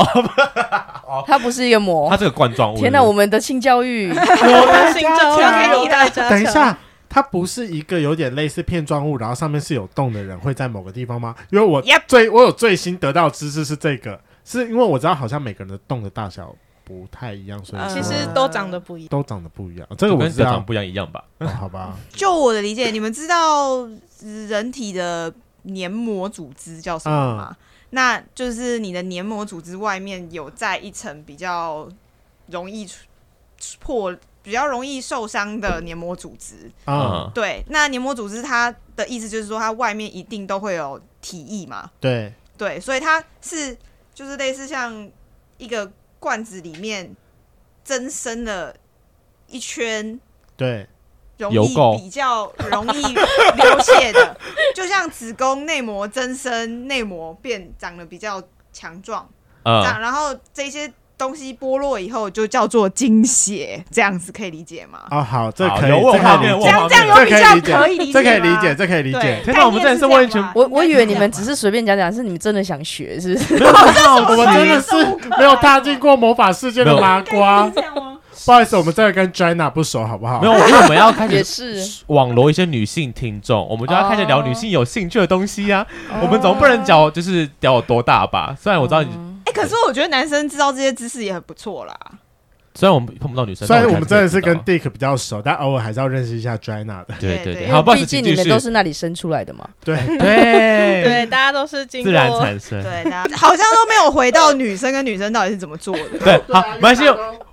Speaker 5: 它不是一个膜
Speaker 3: 哦它。这个冠状物。
Speaker 5: 天哪，我们的性教育
Speaker 6: 我的心照
Speaker 1: 加
Speaker 6: 要给你大
Speaker 4: 啊
Speaker 6: 家。
Speaker 1: 等一，下，它不是一个有点类似片状物，然后上面是有洞的人会在某个地方吗？因为我
Speaker 4: Yep
Speaker 1: 最我有最新得到的知识是这个，是因为我知道好像每个人的洞的大小不太一样，所以
Speaker 4: 嗯
Speaker 1: 说
Speaker 6: 呃其实都长得不一样。
Speaker 1: 都长得不一样。这个
Speaker 3: 就
Speaker 1: 我
Speaker 3: 跟
Speaker 1: 知
Speaker 3: 正常
Speaker 1: 道，
Speaker 3: 不一样一样吧？
Speaker 1: 哦好吧？
Speaker 4: 就我的理解，你们知道人体的黏膜组织叫什么吗？那就是你的黏膜组织外面有在一层比较容易出破、比较容易受伤的黏膜组织。
Speaker 1: 啊，
Speaker 3: 嗯，
Speaker 4: 对，那黏膜组织它的意思就是说，它外面一定都会有体液嘛。
Speaker 1: 对，
Speaker 4: 对，所以它是就是类似像一个罐子里面增生了一圈
Speaker 1: 对，
Speaker 4: 容
Speaker 3: 油
Speaker 4: 易
Speaker 3: 垢
Speaker 4: 比较容易流血的，就像子宫内膜增生，内膜变长得比较强壮，这
Speaker 3: 嗯，
Speaker 4: 样，然后这些东西剥落以后就叫做经血，这样子可以理解吗？
Speaker 1: 哦，好，这
Speaker 3: 好
Speaker 1: 可以，
Speaker 3: 有我
Speaker 1: 这
Speaker 3: 有画
Speaker 1: 可以
Speaker 3: 面
Speaker 1: 理
Speaker 3: 我
Speaker 4: 这
Speaker 1: 解，
Speaker 4: 样这样
Speaker 1: 哦这
Speaker 4: 有比
Speaker 1: 可以理解
Speaker 4: 较可以理解，
Speaker 1: 这可以理解，。这可以理
Speaker 4: 对，
Speaker 1: 解。
Speaker 3: 天哪我们真的是完全
Speaker 5: 我我以为你们只是随便讲讲，是你们真的想学，是不是？
Speaker 1: 哦我们真的是没有踏进过魔法世界的
Speaker 3: 没有
Speaker 1: 麻 瓜，不好意思，我们真的跟 Jenna 不熟，好不好？
Speaker 3: 没有，因为我们要开
Speaker 5: 也
Speaker 3: 始
Speaker 5: 是，
Speaker 3: 网罗一些女性听众，我们就要开始聊女性有兴趣的东西呀。
Speaker 5: 哦
Speaker 3: 我们总不能讲就是聊有多大吧？虽然我知道
Speaker 5: 哦
Speaker 3: 你，
Speaker 4: 哎，可是我觉得男生知道这些知识也很不错啦。
Speaker 3: 虽然我们碰不到女生，
Speaker 1: 虽然
Speaker 3: 但
Speaker 1: 我
Speaker 3: 还
Speaker 1: 们真的是
Speaker 3: 知道
Speaker 1: 跟 Dick 比较熟，但偶尔还是要认识一下 Jenna 的。
Speaker 3: 对
Speaker 4: 对
Speaker 3: 对
Speaker 4: 对
Speaker 3: 对，
Speaker 5: 因
Speaker 3: 好，
Speaker 5: 为
Speaker 3: 不好意
Speaker 5: 毕
Speaker 3: 思，请
Speaker 5: 竟你
Speaker 3: 继
Speaker 5: 们
Speaker 3: 续
Speaker 5: 都是那里生出来的嘛。
Speaker 1: 对，
Speaker 3: 对
Speaker 6: 对，大家都是经
Speaker 3: 自然
Speaker 6: 过
Speaker 3: 产生。
Speaker 4: 对的，好像都没有回到女生跟女生到底是怎么 做的。
Speaker 3: 对，好，没关系，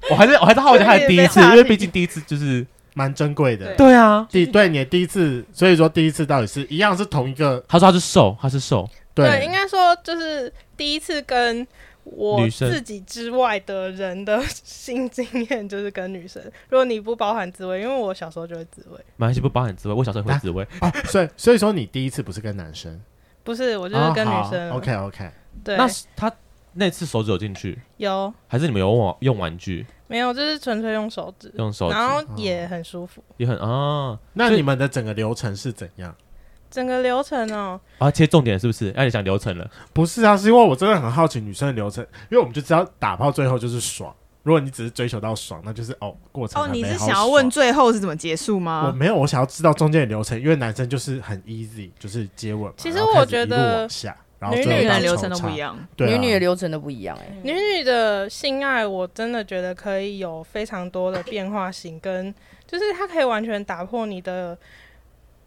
Speaker 3: 我还是我还是好奇他的第一次，
Speaker 6: 对
Speaker 3: 因
Speaker 6: 被
Speaker 3: 为毕竟第一次就是
Speaker 1: 蛮珍贵的。
Speaker 3: 对啊。
Speaker 1: 第对你的第一次，所以说第一次到底是一样是同一个
Speaker 3: 他说他是瘦，他是瘦，
Speaker 6: 对，应该说就是第一次跟我
Speaker 3: 女生
Speaker 6: 自己之外的人的 性经验，就是跟女生。如果你不包含自慰，因为我小时候就会自慰，
Speaker 3: 马来西不包含紫薇，我小时候也会紫薇，
Speaker 1: 哦，所以所以说你第一次不是跟男生，
Speaker 6: 不是我就是跟女生。
Speaker 1: 哦 OK OK，
Speaker 6: 对，
Speaker 3: 那是他那次手指有进去，
Speaker 6: 有
Speaker 3: 还是你们有用玩用玩具，
Speaker 6: 没有就是纯粹用手指，
Speaker 3: 用手指
Speaker 6: 然后也很舒服。
Speaker 3: 也很啊
Speaker 1: 那
Speaker 3: 所以
Speaker 1: 你们的整个流程是怎样？
Speaker 6: 整个流程哦，
Speaker 3: 啊！切重点是不是？那你想流程了？
Speaker 1: 不是啊，是因为我真的很好奇女生的流程，因为我们就知道打炮最后就是爽，如果你只是追求到爽，那就是哦过程
Speaker 4: 哦，
Speaker 1: 还
Speaker 4: 你
Speaker 1: 没
Speaker 4: 是
Speaker 1: 好
Speaker 4: 想要问啊
Speaker 1: 爽
Speaker 4: 最后是怎么结束
Speaker 1: 我
Speaker 4: 吗？
Speaker 1: 没有，我想要知道中间的流程，因为男生就是很 easy，就是接吻嘛，啊
Speaker 6: 其实
Speaker 1: 然后开
Speaker 6: 我
Speaker 1: 始
Speaker 6: 觉
Speaker 1: 一路
Speaker 6: 得
Speaker 1: 往下，然后
Speaker 6: 女
Speaker 1: 最后
Speaker 6: 女
Speaker 1: 到
Speaker 6: 的
Speaker 4: 流
Speaker 1: 抽
Speaker 4: 程都不
Speaker 1: 插
Speaker 4: 一，样。
Speaker 1: 对
Speaker 5: 女
Speaker 1: 啊，
Speaker 5: 女的流程都不一样哎。
Speaker 6: 女女的性爱，我真的觉得可以有非常多的变化型，跟就是它可以完全打破你的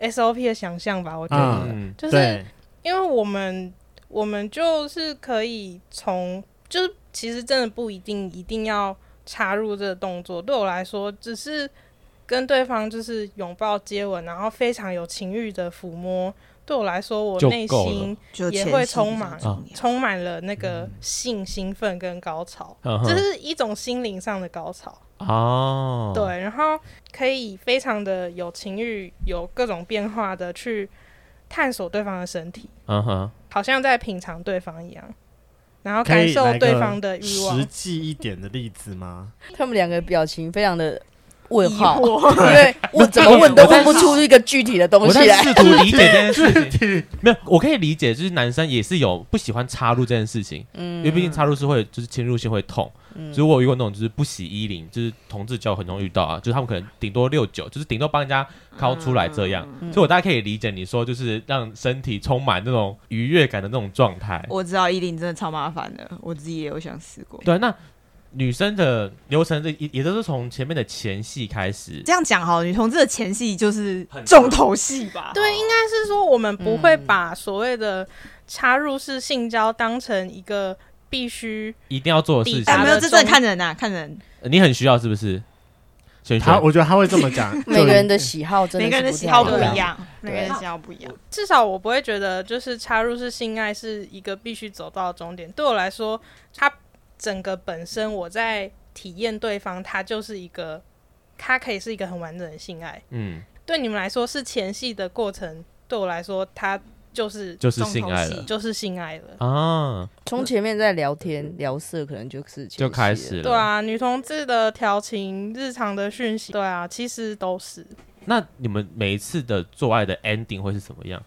Speaker 6: SOP 的想象吧。我觉得，
Speaker 1: 嗯
Speaker 3: 嗯，
Speaker 6: 就是
Speaker 1: 对，
Speaker 6: 因为我们我们就是可以从，就是其实真的不一定一定要插入这个动作。对我来说，只是跟对方就是拥抱、接吻，然后非常有情欲的抚摸，对我来说，我
Speaker 3: 就
Speaker 6: 内
Speaker 3: 够
Speaker 6: 心
Speaker 4: 就
Speaker 6: 也
Speaker 4: 前
Speaker 6: 会
Speaker 4: 戏
Speaker 6: 充
Speaker 4: 比较
Speaker 6: 满
Speaker 4: 重要
Speaker 6: 充满了那个性兴奋跟高潮。
Speaker 3: 嗯
Speaker 6: 这
Speaker 3: 哼
Speaker 6: 是一种心灵上的高潮，
Speaker 3: 哦，
Speaker 6: 对，然后可以非常的有情欲，有各种变化的去探索对方的身体，
Speaker 3: 嗯哼，
Speaker 6: 好像在品尝对方一样，然后
Speaker 1: 可
Speaker 6: 感
Speaker 1: 以
Speaker 6: 受
Speaker 1: 来
Speaker 6: 对
Speaker 1: 个
Speaker 6: 方的欲
Speaker 1: 实
Speaker 6: 望。
Speaker 1: 际一点的例子吗？
Speaker 5: 他们两个表情非常的问号
Speaker 4: 疑，惑
Speaker 5: 因为我怎么问都问不出一个具体的东
Speaker 3: 我
Speaker 5: 西
Speaker 3: 在
Speaker 5: 来。
Speaker 3: 试图理解这件事情，没有，我可以理解，就是男生也是有不喜欢插入这件事情，因为毕竟插入是会就是侵入性会痛，
Speaker 5: 嗯，
Speaker 3: 所以我有遇过那种就是不洗衣领，就是同志交友很容易遇到啊，就是他们可能顶多六九，就是顶多帮人家掏啊出来这样，所以我大概可以理解你说就是让身体充满那种愉悦感的那种状态。
Speaker 4: 我知道依林真的超麻烦的，我自己也有想试过。
Speaker 3: 对，那女生的流程这也也都是从前面的前戏开始
Speaker 4: 这，样讲好，女同志的前戏就是
Speaker 3: 很
Speaker 4: 重头戏吧？
Speaker 6: 对，应该是说我们不会把所谓的插入式性交当成一个必须，
Speaker 3: 一定要做的事
Speaker 6: 打
Speaker 4: 哎，
Speaker 6: 了
Speaker 4: 没
Speaker 3: 情，
Speaker 4: 有，这真的看人呐，看人，
Speaker 3: 你很需要是不是？选选
Speaker 1: 他，我觉得他会这么讲
Speaker 5: 每个人的喜好真的
Speaker 4: 每个人的
Speaker 5: 是
Speaker 4: 喜
Speaker 5: 太
Speaker 4: 好不
Speaker 6: 对
Speaker 4: 一
Speaker 5: 样。
Speaker 4: 样，每个人喜好不一样。
Speaker 6: 至少我不会觉得就是插入式性爱是一个必须走到的终点。对我来说，它整个本身我在体验对方，它就是一个它可以是一个很完整的性爱。
Speaker 3: 嗯，
Speaker 6: 对你们来说是前戏的过程，对我来说，它就是
Speaker 3: 就是
Speaker 6: 重头
Speaker 3: 性爱
Speaker 6: 戏
Speaker 3: 了
Speaker 6: 就是性爱了。
Speaker 3: 啊，
Speaker 5: 从前面在聊天聊色，可能就是
Speaker 3: 就开
Speaker 5: 前戏了
Speaker 3: 始了。
Speaker 6: 对，啊，女同志的调情、日常的讯息，对啊，其实都是，
Speaker 3: 那你们每一次的做爱的 ending 会是什么样？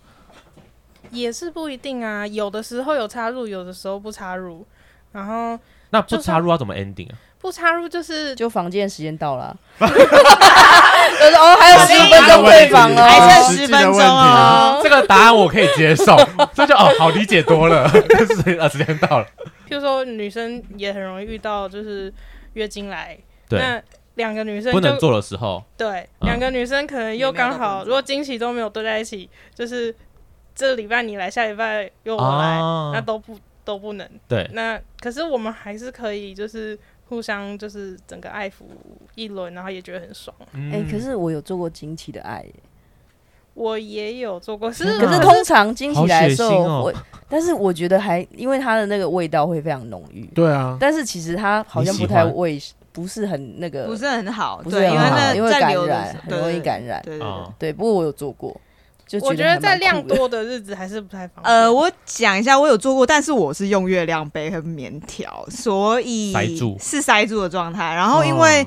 Speaker 6: 也是不一定啊。有的时候有插入，有的时候不插入。然后
Speaker 3: 那不
Speaker 6: 就
Speaker 3: 插
Speaker 6: 算
Speaker 3: 入要怎么 ending 啊？
Speaker 6: 不插入就是
Speaker 5: 就房间时间到了啊， 就是哦，还有十五分钟退房
Speaker 1: 还
Speaker 5: 哦。
Speaker 1: 剩十分钟哦。
Speaker 5: 哦
Speaker 3: 啊这个答案我可以接 受，这就哦好理解多了， 就是啊时间到了，
Speaker 6: 譬如说女生也很容易遇到，就是月经来，
Speaker 3: 对，
Speaker 6: 那两个女生
Speaker 3: 不能
Speaker 6: 就
Speaker 3: 做的时候，
Speaker 6: 对，
Speaker 3: 嗯
Speaker 6: 两个女生可能又刚
Speaker 5: 也没有到不能
Speaker 6: 好，
Speaker 5: 做
Speaker 6: 如果经期都没有对在一起，就是这礼拜你来，下礼拜又我来，
Speaker 3: 啊
Speaker 6: 那都不都不能。
Speaker 3: 对，
Speaker 6: 那可是我们还是可以，就是互相就是整个爱抚一轮，然后也觉得很爽。
Speaker 5: 哎
Speaker 3: 哎，
Speaker 5: 可是我有做过惊奇的爱耶，
Speaker 6: 我也有做过，是
Speaker 3: 天哪
Speaker 5: 可是通常惊喜来的时
Speaker 3: 嗯好血
Speaker 5: 候
Speaker 3: 腥哦
Speaker 5: 我，但是我觉得还因为它的那个味道会非常浓郁，
Speaker 1: 对啊，
Speaker 5: 但是其实它好像
Speaker 3: 你喜
Speaker 5: 不太
Speaker 3: 欢
Speaker 5: 味，不是很那个，
Speaker 4: 不是很好，
Speaker 5: 不是
Speaker 4: 对，
Speaker 5: 很
Speaker 4: 因为
Speaker 5: 好
Speaker 4: 那
Speaker 5: 因为
Speaker 4: 在
Speaker 5: 感
Speaker 4: 流的
Speaker 5: 染
Speaker 4: 时候
Speaker 5: 很容易，感染。
Speaker 4: 对对对对
Speaker 3: 啊
Speaker 4: 对。
Speaker 5: 对，不过我有做过，就
Speaker 6: 我觉
Speaker 5: 觉
Speaker 6: 得
Speaker 5: 得
Speaker 6: 在
Speaker 5: 还蛮
Speaker 6: 量
Speaker 5: 酷的
Speaker 6: 多的日子还是不太方便。
Speaker 4: 呃，我讲一下，我有做过，但是我是用月亮杯和棉条，所以
Speaker 3: 塞住哦
Speaker 4: 是塞住的状态。然后因为、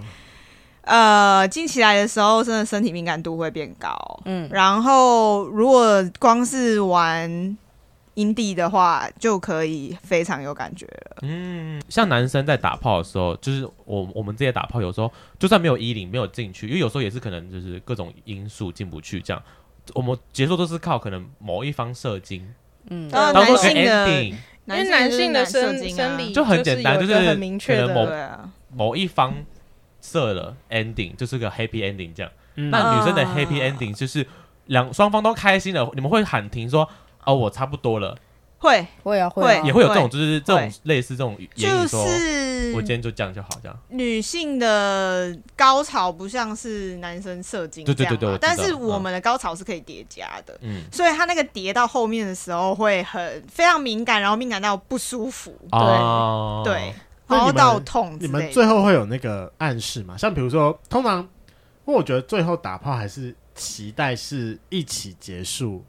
Speaker 4: 呃，经期来的时候，真的身体敏感度会变高。
Speaker 5: 嗯，
Speaker 4: 然后如果光是玩阴蒂的话，就可以非常有感觉了。
Speaker 3: 嗯，像男生在打炮的时候，就是我我们这些打炮，有时候就算没有衣领没有进去，因为有时候也是可能就是各种因素进不去，这样我们结束都是靠可能某一方射精，
Speaker 5: 嗯，
Speaker 4: 当
Speaker 6: 哦
Speaker 4: 然
Speaker 3: 当做
Speaker 4: 呃
Speaker 3: 个
Speaker 4: 男性的
Speaker 3: ending，
Speaker 6: 因为男性的
Speaker 4: 生
Speaker 6: 生生理
Speaker 3: 就很简单
Speaker 6: 有一
Speaker 3: 就
Speaker 6: 个
Speaker 3: 是
Speaker 6: 很明确
Speaker 3: 可能某
Speaker 6: 的，
Speaker 4: 啊对啊，
Speaker 3: 某一方射了 ending，就是个 happy ending 这样。
Speaker 1: 嗯
Speaker 3: 那女生的
Speaker 4: 啊
Speaker 3: happy ending 就是两双方都开心了，你们会喊停说哦，我差不多了，
Speaker 4: 会
Speaker 5: 会啊会
Speaker 4: 会
Speaker 5: 啊
Speaker 3: 也会有这种就是这种
Speaker 4: 会
Speaker 3: 类似这种言
Speaker 4: 就
Speaker 3: 语说，
Speaker 4: 是
Speaker 3: 我今天就这样就好这样。
Speaker 4: 女性的高潮不像是男生射精
Speaker 3: 对对
Speaker 4: 这样
Speaker 3: 对对
Speaker 4: 嘛
Speaker 3: 我知道
Speaker 4: 但是我们的高潮是可以叠加的，
Speaker 3: 嗯，
Speaker 4: 所以它那个叠到后面的时候会很非常敏感，然后敏感到不舒服，
Speaker 3: 哦，
Speaker 4: 对，
Speaker 1: 那
Speaker 4: 然
Speaker 1: 你
Speaker 4: 后
Speaker 1: 们
Speaker 4: 到痛之
Speaker 1: 你
Speaker 4: 类的。
Speaker 1: 们最后会有那个暗示吗？像比如说，通常，因为我觉得最后打炮还是期待是一起结束，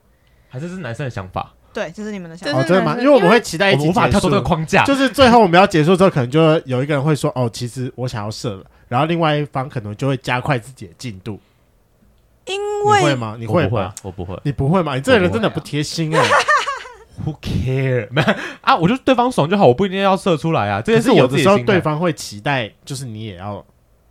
Speaker 3: 还是是男生的想法，
Speaker 4: 对，就是你们的想
Speaker 6: 就
Speaker 4: 法
Speaker 1: 哦，
Speaker 6: 是
Speaker 1: 真的吗？
Speaker 6: 男生
Speaker 1: 因为我们会期待
Speaker 3: 我
Speaker 1: 一
Speaker 3: 们
Speaker 1: 起
Speaker 3: 无法
Speaker 1: 结
Speaker 3: 跳
Speaker 1: 束
Speaker 3: 出这个框架，
Speaker 1: 哎就是最后我们要结束之后，可能就会有一个人会说：“哦，其实我想要射了。”然后另外一方可能就会加快自己的进度。
Speaker 4: 因
Speaker 1: 你会
Speaker 4: 为
Speaker 1: 吗？你
Speaker 3: 我
Speaker 1: 会
Speaker 3: 不
Speaker 1: 吗
Speaker 3: 会？，我不会
Speaker 1: 你不会吗？你这个人真的
Speaker 5: 我不
Speaker 1: 不
Speaker 5: 会啊
Speaker 1: 贴心哎、
Speaker 3: ，Who care？没有啊，我就对方爽就好，我不一定要射出来啊，这
Speaker 1: 可
Speaker 3: 件
Speaker 1: 是
Speaker 3: 事
Speaker 1: 有
Speaker 3: 我自
Speaker 1: 的
Speaker 3: 己
Speaker 1: 时候
Speaker 3: 心态
Speaker 1: 对方会期待，就是你也要，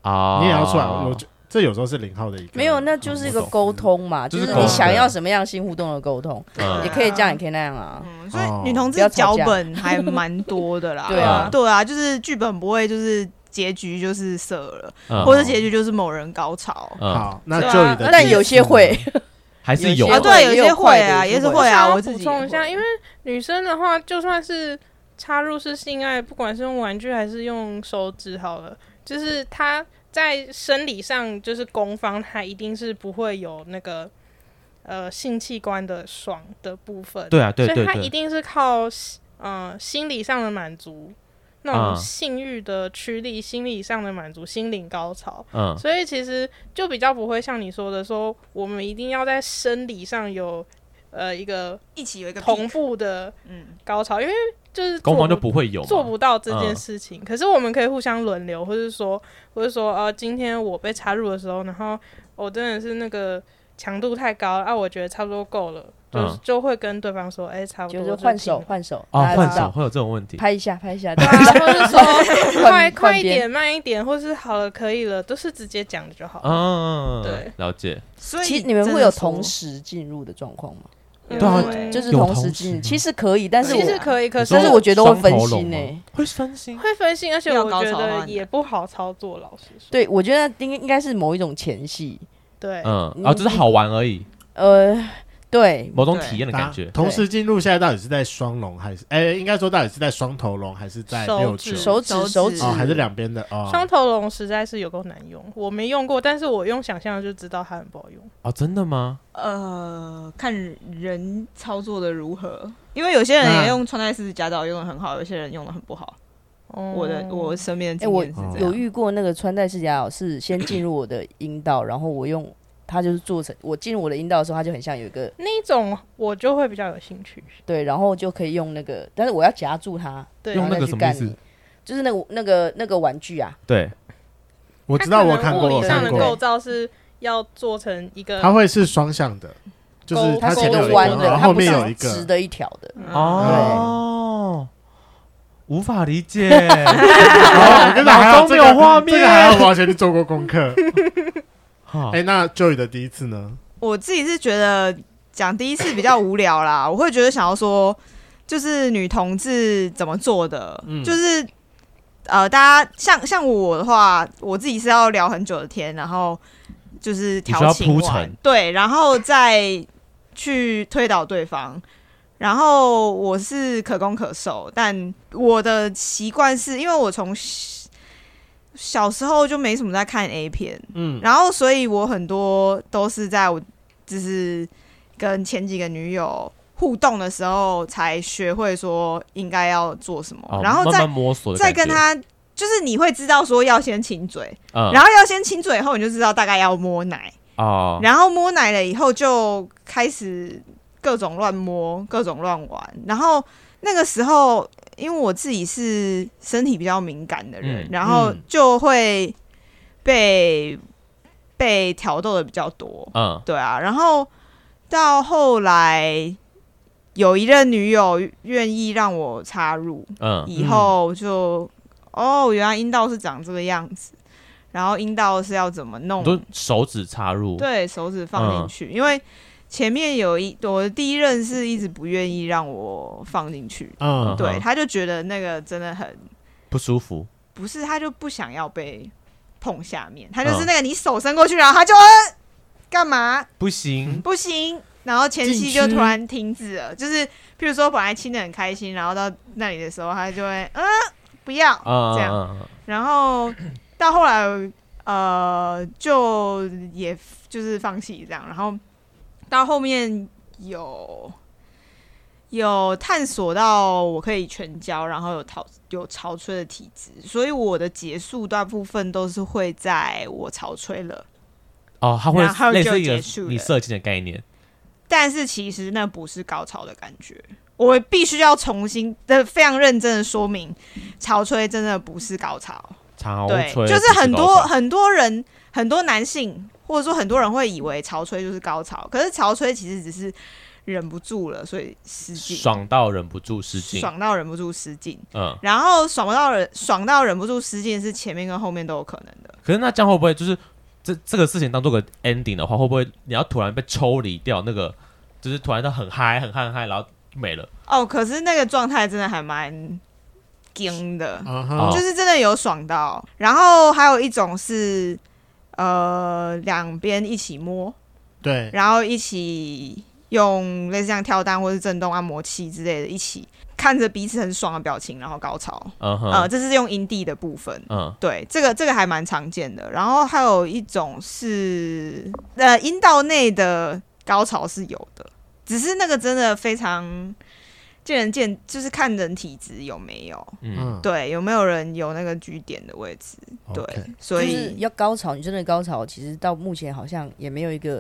Speaker 3: 啊，
Speaker 1: 你也要出来。我觉这有时候是零号的一个
Speaker 5: 没有，那就是一个沟通嘛，
Speaker 3: 嗯就
Speaker 5: 就是是
Speaker 3: 沟
Speaker 5: 你
Speaker 3: 通
Speaker 5: 想要什么样性互动的沟通，
Speaker 3: 嗯
Speaker 6: 啊
Speaker 5: 也可以这样，也可以那样啊。
Speaker 4: 嗯，所以
Speaker 1: 哦
Speaker 4: 女同
Speaker 5: 不
Speaker 4: 志
Speaker 5: 要
Speaker 4: 脚
Speaker 5: 吵架
Speaker 4: 本还蛮多的啦。
Speaker 5: 对啊
Speaker 4: 对啊，就是剧本不会就是结局就是射了，
Speaker 3: 嗯
Speaker 4: 或者结局就是某人高潮。
Speaker 3: 嗯
Speaker 1: 好，那
Speaker 6: 对啊
Speaker 1: 就你的嗯
Speaker 5: 但有些会，
Speaker 3: 还是有
Speaker 5: 有
Speaker 4: 啊，
Speaker 5: 些
Speaker 4: 对，有
Speaker 5: 也有
Speaker 4: 些
Speaker 5: 快
Speaker 4: 会
Speaker 5: 的
Speaker 4: 啊，
Speaker 5: 也
Speaker 4: 也
Speaker 5: 是
Speaker 4: 是
Speaker 5: 会
Speaker 4: 会
Speaker 6: 想
Speaker 4: 啊，
Speaker 6: 要
Speaker 4: 我自
Speaker 6: 补
Speaker 4: 己
Speaker 6: 充
Speaker 4: 也
Speaker 6: 一下，
Speaker 4: 会
Speaker 6: 因为女生的话，就算是插入式性爱，不管是用玩具还是用手指，好了，就是她在生理上，就是攻方，她一定是不会有那个呃性器官的爽的部分，
Speaker 3: 对啊，对对
Speaker 6: 所以她一
Speaker 3: 对，
Speaker 6: 定是靠呃心理上的满足，那
Speaker 3: 嗯
Speaker 6: 种性欲的驱力，心理上的满足，心灵高潮。
Speaker 3: 嗯，
Speaker 6: 所以其实就比较不会像你说的说我们一定要在生理上有呃一个
Speaker 4: 一起有一个
Speaker 6: 同步的
Speaker 4: 嗯，
Speaker 6: 高潮，因为就是做
Speaker 3: 攻防就不
Speaker 6: 不
Speaker 3: 会有嘛，
Speaker 6: 做不到这件
Speaker 3: 嗯
Speaker 6: 事情。可是我们可以互相轮流，或者说，或者说，呃，今天我被插入的时候，然后我真的是那个强度太高啊，我觉得差不多够了，就是
Speaker 3: 嗯
Speaker 6: 就会跟对方说，哎、差不多
Speaker 5: 就是换手
Speaker 6: 停了
Speaker 5: 换手
Speaker 3: 啊，
Speaker 5: 大家
Speaker 3: 换
Speaker 5: 知道
Speaker 3: 手会有这种问题，
Speaker 5: 拍一下拍 一 下，
Speaker 6: 对啊，或 者说快
Speaker 5: 换
Speaker 6: 快一
Speaker 5: 边
Speaker 6: 点，慢一点，或是好了，可以了，都是直接讲就好了。
Speaker 3: 嗯，
Speaker 6: 对，
Speaker 3: 了解。
Speaker 4: 所以
Speaker 5: 其实你们会
Speaker 4: 真的
Speaker 5: 有
Speaker 4: 说
Speaker 5: 同时进入的状况吗？
Speaker 6: 嗯
Speaker 3: 对啊
Speaker 6: 会
Speaker 5: 就是
Speaker 3: 有
Speaker 5: 同
Speaker 3: 同
Speaker 5: 时
Speaker 3: 时
Speaker 5: 进入，
Speaker 3: 吗
Speaker 5: 其实可以，但是
Speaker 6: 其实
Speaker 5: 我啊
Speaker 6: 可以，可是
Speaker 5: 但是我觉得会分
Speaker 3: 双头
Speaker 5: 心欸
Speaker 3: 龙
Speaker 5: 呢
Speaker 3: 吗。会分心
Speaker 6: 会分心，而且
Speaker 4: 要
Speaker 6: 我
Speaker 4: 高
Speaker 6: 觉
Speaker 4: 潮的话
Speaker 6: 得
Speaker 4: 你
Speaker 6: 也不好操作，老实说。
Speaker 5: 对，我觉得应应该是某一种前戏，
Speaker 6: 对，
Speaker 3: 嗯，啊，只是好玩而已，
Speaker 5: 呃，对，
Speaker 3: 某种体验的
Speaker 1: 大家
Speaker 3: 感觉。
Speaker 1: 同时进入，现在到底是在双龙还是？哎、应该说到底是在双头龙还是在
Speaker 6: 手
Speaker 1: 六
Speaker 6: 指
Speaker 1: 九？
Speaker 5: 手指
Speaker 4: 手
Speaker 5: 手
Speaker 4: 指
Speaker 5: 指
Speaker 1: 哦，还是两边的哦。
Speaker 6: 双头龙实在是有够难用，我没用过，但是我用想象就知道它很不好用。
Speaker 3: 哦，真的吗？
Speaker 4: 呃，看人操作的如何，因为有些人
Speaker 1: 那
Speaker 4: 也用穿戴式夹脚用的很好，有些人用的很不好。
Speaker 6: 我
Speaker 4: 我的哦我身边的
Speaker 5: 哎、
Speaker 4: 经
Speaker 5: 我
Speaker 4: 验是这样。
Speaker 3: 啊
Speaker 5: 有遇过那个穿戴式假脚是先进入我的阴道，然后我用它就是做成我进入我的阴道的时候，它就很像有一个
Speaker 6: 那一种我就会比较有兴趣。
Speaker 5: 对，然后就可以用那个，但是我要夹住它，
Speaker 6: 对，
Speaker 5: 然
Speaker 3: 用
Speaker 5: 后
Speaker 3: 那个
Speaker 5: 再去
Speaker 3: 什么意
Speaker 5: 干
Speaker 3: 思
Speaker 5: 你，就是那个那个那个玩具啊，
Speaker 2: 对，
Speaker 1: 我知道我看过，
Speaker 6: 物
Speaker 1: 我
Speaker 6: 理
Speaker 1: 看
Speaker 6: 上的构
Speaker 1: 过，
Speaker 6: 造是要做成一个，
Speaker 1: 它会是双向的，就是
Speaker 6: 勾
Speaker 1: 它前面
Speaker 5: 哦是
Speaker 1: 有
Speaker 5: 个
Speaker 1: 一
Speaker 5: 弯
Speaker 1: 个，
Speaker 5: 的，
Speaker 1: 然
Speaker 5: 它
Speaker 1: 后后
Speaker 5: 不
Speaker 1: 面
Speaker 5: 是
Speaker 1: 有一
Speaker 5: 直
Speaker 1: 个，
Speaker 5: 的一条的。
Speaker 6: 嗯
Speaker 3: 哦，无法理 解，
Speaker 1: 哦我跟你 讲，还
Speaker 3: 脑
Speaker 1: 有
Speaker 3: 中没
Speaker 1: 这
Speaker 3: 有
Speaker 1: 个
Speaker 3: 画
Speaker 1: 这个还
Speaker 3: 面。
Speaker 1: 要完全去做过功 课。
Speaker 3: 哈
Speaker 1: 哎，那 Joy 的第一次呢？
Speaker 4: 我自己是觉得讲第一次比较无聊啦， 我会觉得想要说，就是女同志怎么做的，
Speaker 1: 嗯
Speaker 4: 就是呃，大家像像我的话，我自己是要聊很久的天，然后就是
Speaker 3: 你需
Speaker 4: 调
Speaker 3: 要
Speaker 4: 情
Speaker 3: 铺
Speaker 4: 完
Speaker 3: 陈，
Speaker 4: 对，然后再去推导对方。然后我是可攻可受，但我的习惯是因为我从小小时候就没什么在看 A 片，
Speaker 1: 嗯，
Speaker 4: 然后，所以我很多都是在我就是跟前几个女友互动的时候，才学会说应该要做什么，
Speaker 3: 哦
Speaker 4: 然后
Speaker 3: 慢
Speaker 4: 再
Speaker 3: 慢摸索的
Speaker 4: 再
Speaker 3: 感觉，
Speaker 4: 跟她，就是你会知道说要先亲嘴，
Speaker 3: 嗯，
Speaker 4: 然后要先亲嘴以后，你就知道大概要摸奶，
Speaker 3: 哦，
Speaker 4: 然后摸奶了以后就开始各种乱摸，各种乱玩，然后那个时候。因为我自己是身体比较敏感的人，
Speaker 3: 嗯
Speaker 4: 然后
Speaker 1: 嗯
Speaker 4: 就会被被挑逗的比较多，
Speaker 3: 嗯，
Speaker 4: 对啊。然后到后来，有一任女友愿意让我插入，
Speaker 3: 嗯，
Speaker 4: 以后就、哦，原来阴道是长这个样子，然后阴道是要怎么弄
Speaker 3: 你，都手指插入，
Speaker 4: 对手指放
Speaker 3: 嗯
Speaker 4: 进去，因为前面有一我的第一任是一直不愿意让我放进去，
Speaker 1: 嗯
Speaker 3: 嗯
Speaker 4: 对，他就觉得那个真的很
Speaker 3: 不舒服，
Speaker 4: 不是，他就不想要被碰下面，他就
Speaker 3: 嗯
Speaker 4: 是那个你手伸过去，然后他就呃干嘛
Speaker 3: 不行，
Speaker 4: 不行，然后前
Speaker 1: 禁
Speaker 4: 戏
Speaker 1: 区
Speaker 4: 就突然停止了，就是譬如说本来亲的很开心，然后到那里的时候，他就会嗯、不要，
Speaker 3: 嗯，
Speaker 4: 这样
Speaker 3: 样，嗯
Speaker 4: 然后到后来呃就也就是放弃这样，然后到后面有有探索到我可以全交，然后有潮有潮吹的体质，所以我的结束大部分都是会在我潮吹了，
Speaker 3: 哦，它
Speaker 4: 然后
Speaker 3: 会
Speaker 4: 就
Speaker 3: 类似一个
Speaker 4: 结束了
Speaker 3: 你射精的概念，
Speaker 4: 但是其实那不是高潮的感觉。我必须要重新的非常认真的说明，潮吹真的不是高潮，
Speaker 3: 潮
Speaker 4: 对
Speaker 3: 吹，
Speaker 4: 就是很多
Speaker 3: 不是高潮
Speaker 4: 很多人，很多男性或者说很多人会以为潮吹就是高潮，可是潮吹其实只是忍不住了，所以失禁，
Speaker 3: 爽到忍不住失禁，
Speaker 4: 爽到忍不住失禁，
Speaker 3: 嗯，
Speaker 4: 然后爽不到忍爽到忍不住失禁是前面跟后面都有可能的。
Speaker 3: 可是那这样会不会就是这这个事情当做个 ending 的话，会不会你要突然被抽离掉那个，就是突然到很嗨很嗨很嗨，然后没了，
Speaker 4: 哦，可是那个状态真的还蛮惊的，
Speaker 1: 啊
Speaker 3: 哦
Speaker 1: 哈，
Speaker 4: 就是真的有爽到。然后还有一种是呃两边一起摸，
Speaker 1: 对，
Speaker 4: 然后一起用类似像跳蛋或是震动按摩器之类的，一起看着彼此很爽的表情，然后高潮。
Speaker 3: 嗯
Speaker 4: 呃，
Speaker 5: 哦
Speaker 3: 哼，
Speaker 4: 这是用阴蒂的部分。
Speaker 3: 嗯，
Speaker 4: 对，这个这个还蛮常见的。然后还有一种是，呃，阴道内的高潮是有的，只是那个真的非常见仁见，就是看人体质有没有，
Speaker 3: 嗯，
Speaker 1: 嗯，
Speaker 4: 对，有没有人有那个据点的位置，对
Speaker 1: OK，
Speaker 4: 所
Speaker 5: 就是
Speaker 4: 以
Speaker 5: 要高潮，你真的高潮，其实到目前好像也没有一个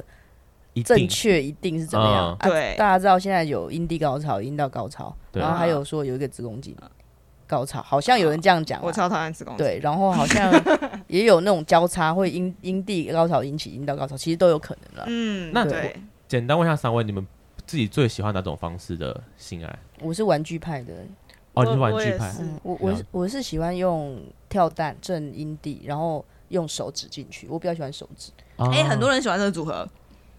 Speaker 3: 一定
Speaker 5: 正确一定是怎么样。啊
Speaker 4: 对
Speaker 5: 大家知道现在有阴蒂高潮、阴道高潮，
Speaker 3: 对
Speaker 5: 然后还
Speaker 4: 啊
Speaker 5: 有说有一个子宫颈高潮，好像有人这样讲啊。
Speaker 4: 我超讨厌子宫颈。
Speaker 5: 对，然后 好像也有那种交叉，会阴阴蒂高潮引起阴道高潮，其实都有可能了。
Speaker 4: 嗯，
Speaker 3: 那
Speaker 4: 对，
Speaker 3: 简单问一下三位，你们自己最喜欢哪种方式的性爱？
Speaker 5: 我是玩具派的，
Speaker 3: 哦，
Speaker 6: 我
Speaker 3: 你是玩
Speaker 6: 我
Speaker 3: 具
Speaker 6: 也
Speaker 3: 派
Speaker 6: 是，
Speaker 5: 嗯，我我
Speaker 3: 了
Speaker 5: 是我是喜欢用跳蛋震阴蒂，然后用手指进去，我比较喜欢手指。
Speaker 1: 啊
Speaker 4: 哎、
Speaker 3: 哎
Speaker 4: 很多人喜欢这个组合，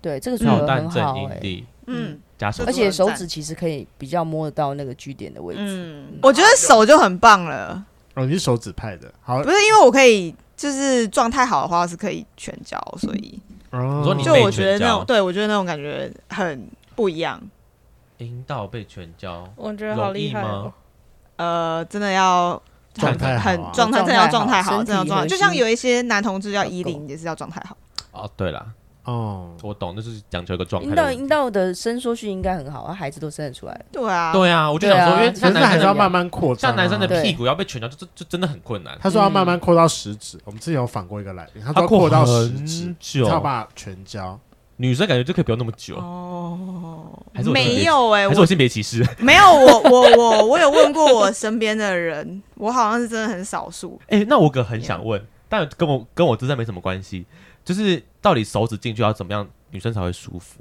Speaker 5: 对，这个组
Speaker 3: 跳
Speaker 5: 合
Speaker 3: 蛋
Speaker 5: 很
Speaker 3: 正
Speaker 5: 好
Speaker 3: 阴
Speaker 5: 哎、
Speaker 1: 欸
Speaker 3: 地
Speaker 4: 嗯
Speaker 3: 加手
Speaker 5: 而
Speaker 3: 指，
Speaker 5: 且手指其实可以比较摸得到那个据点的位置。
Speaker 4: 嗯，我觉得手就很棒了，
Speaker 1: 哦，你是手指派的，好
Speaker 4: 不，是因为我可以，就是状态好的话是可以全交，所以
Speaker 1: 你
Speaker 3: 说你
Speaker 4: 就
Speaker 3: 被
Speaker 4: 我觉得
Speaker 3: 全
Speaker 4: 那
Speaker 3: 交
Speaker 4: 种，对我觉得那种感觉很不一样。
Speaker 3: 阴道被全交，
Speaker 6: 我觉得好厉害
Speaker 3: 容易
Speaker 6: 哦
Speaker 3: 吗。
Speaker 4: 呃，真的要
Speaker 1: 状态好
Speaker 4: 很
Speaker 1: 啊
Speaker 4: 状态，真的要状态好，
Speaker 5: 身体
Speaker 4: 真的要状态，
Speaker 5: 核心
Speaker 4: 就像有一些男同志要
Speaker 5: 要够
Speaker 4: 一零，也是要状态好。
Speaker 3: 哦，对啦，
Speaker 1: 哦，
Speaker 3: 我懂，那就是讲求一个状
Speaker 5: 阴道
Speaker 3: 态。
Speaker 5: 阴道的伸缩性应该很好，啊，孩子都生得出来了。
Speaker 4: 对啊，
Speaker 3: 对啊，我就想
Speaker 5: 对
Speaker 3: 说，
Speaker 5: 啊
Speaker 3: 因为
Speaker 1: 可
Speaker 3: 像
Speaker 1: 是
Speaker 3: 男
Speaker 1: 还是
Speaker 3: 生的
Speaker 1: 要慢慢扩张啊，
Speaker 3: 像男生的
Speaker 5: 对
Speaker 3: 屁股要被全到，这这这真的很困难。
Speaker 1: 他说要慢慢扩到食指，我们之前有反过一个来宾，他说要
Speaker 3: 过
Speaker 1: 扩到食指
Speaker 3: 嗯很，
Speaker 1: 才有
Speaker 3: 久，
Speaker 1: 把全交。
Speaker 3: 女生感觉就可以不用那么久，
Speaker 4: 哦
Speaker 3: 还是我特别
Speaker 4: 没有哎、
Speaker 3: 还是欸我
Speaker 4: 我
Speaker 3: 性别歧视？
Speaker 4: 没有我 我我我有问过我身边的人，我好像是真的很少数。
Speaker 3: 哎，那我可很想问，但跟我跟我自身没什么关系，就是到底手指进去要怎么样，女生才会舒服？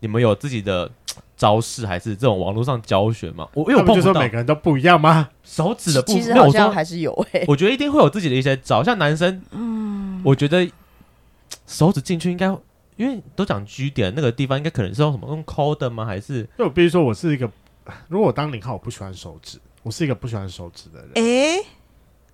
Speaker 3: 你们有自己的嘖招式，还是这种网络上教学吗？我因为
Speaker 1: 他
Speaker 3: 我
Speaker 1: 们
Speaker 3: 碰
Speaker 1: 就
Speaker 3: 不
Speaker 1: 说
Speaker 3: 到
Speaker 1: 每个人都不一样吗？
Speaker 3: 手指的部
Speaker 5: 其
Speaker 3: 分，
Speaker 5: 实
Speaker 3: 呃没有
Speaker 5: 好
Speaker 3: 我
Speaker 5: 像
Speaker 3: 说，
Speaker 5: 还是有欸诶、
Speaker 3: 我觉得一定会有自己的一些招，像男生，我觉得嘖手指进去应该，因为都讲 G 点那个地方，应该可能是用什么用抠的吗？还是
Speaker 1: 就我必须说，我是一个， 如果我当零号，我不喜欢手指，我是一个不喜欢手指的人，
Speaker 4: 哎、
Speaker 5: 因
Speaker 4: 因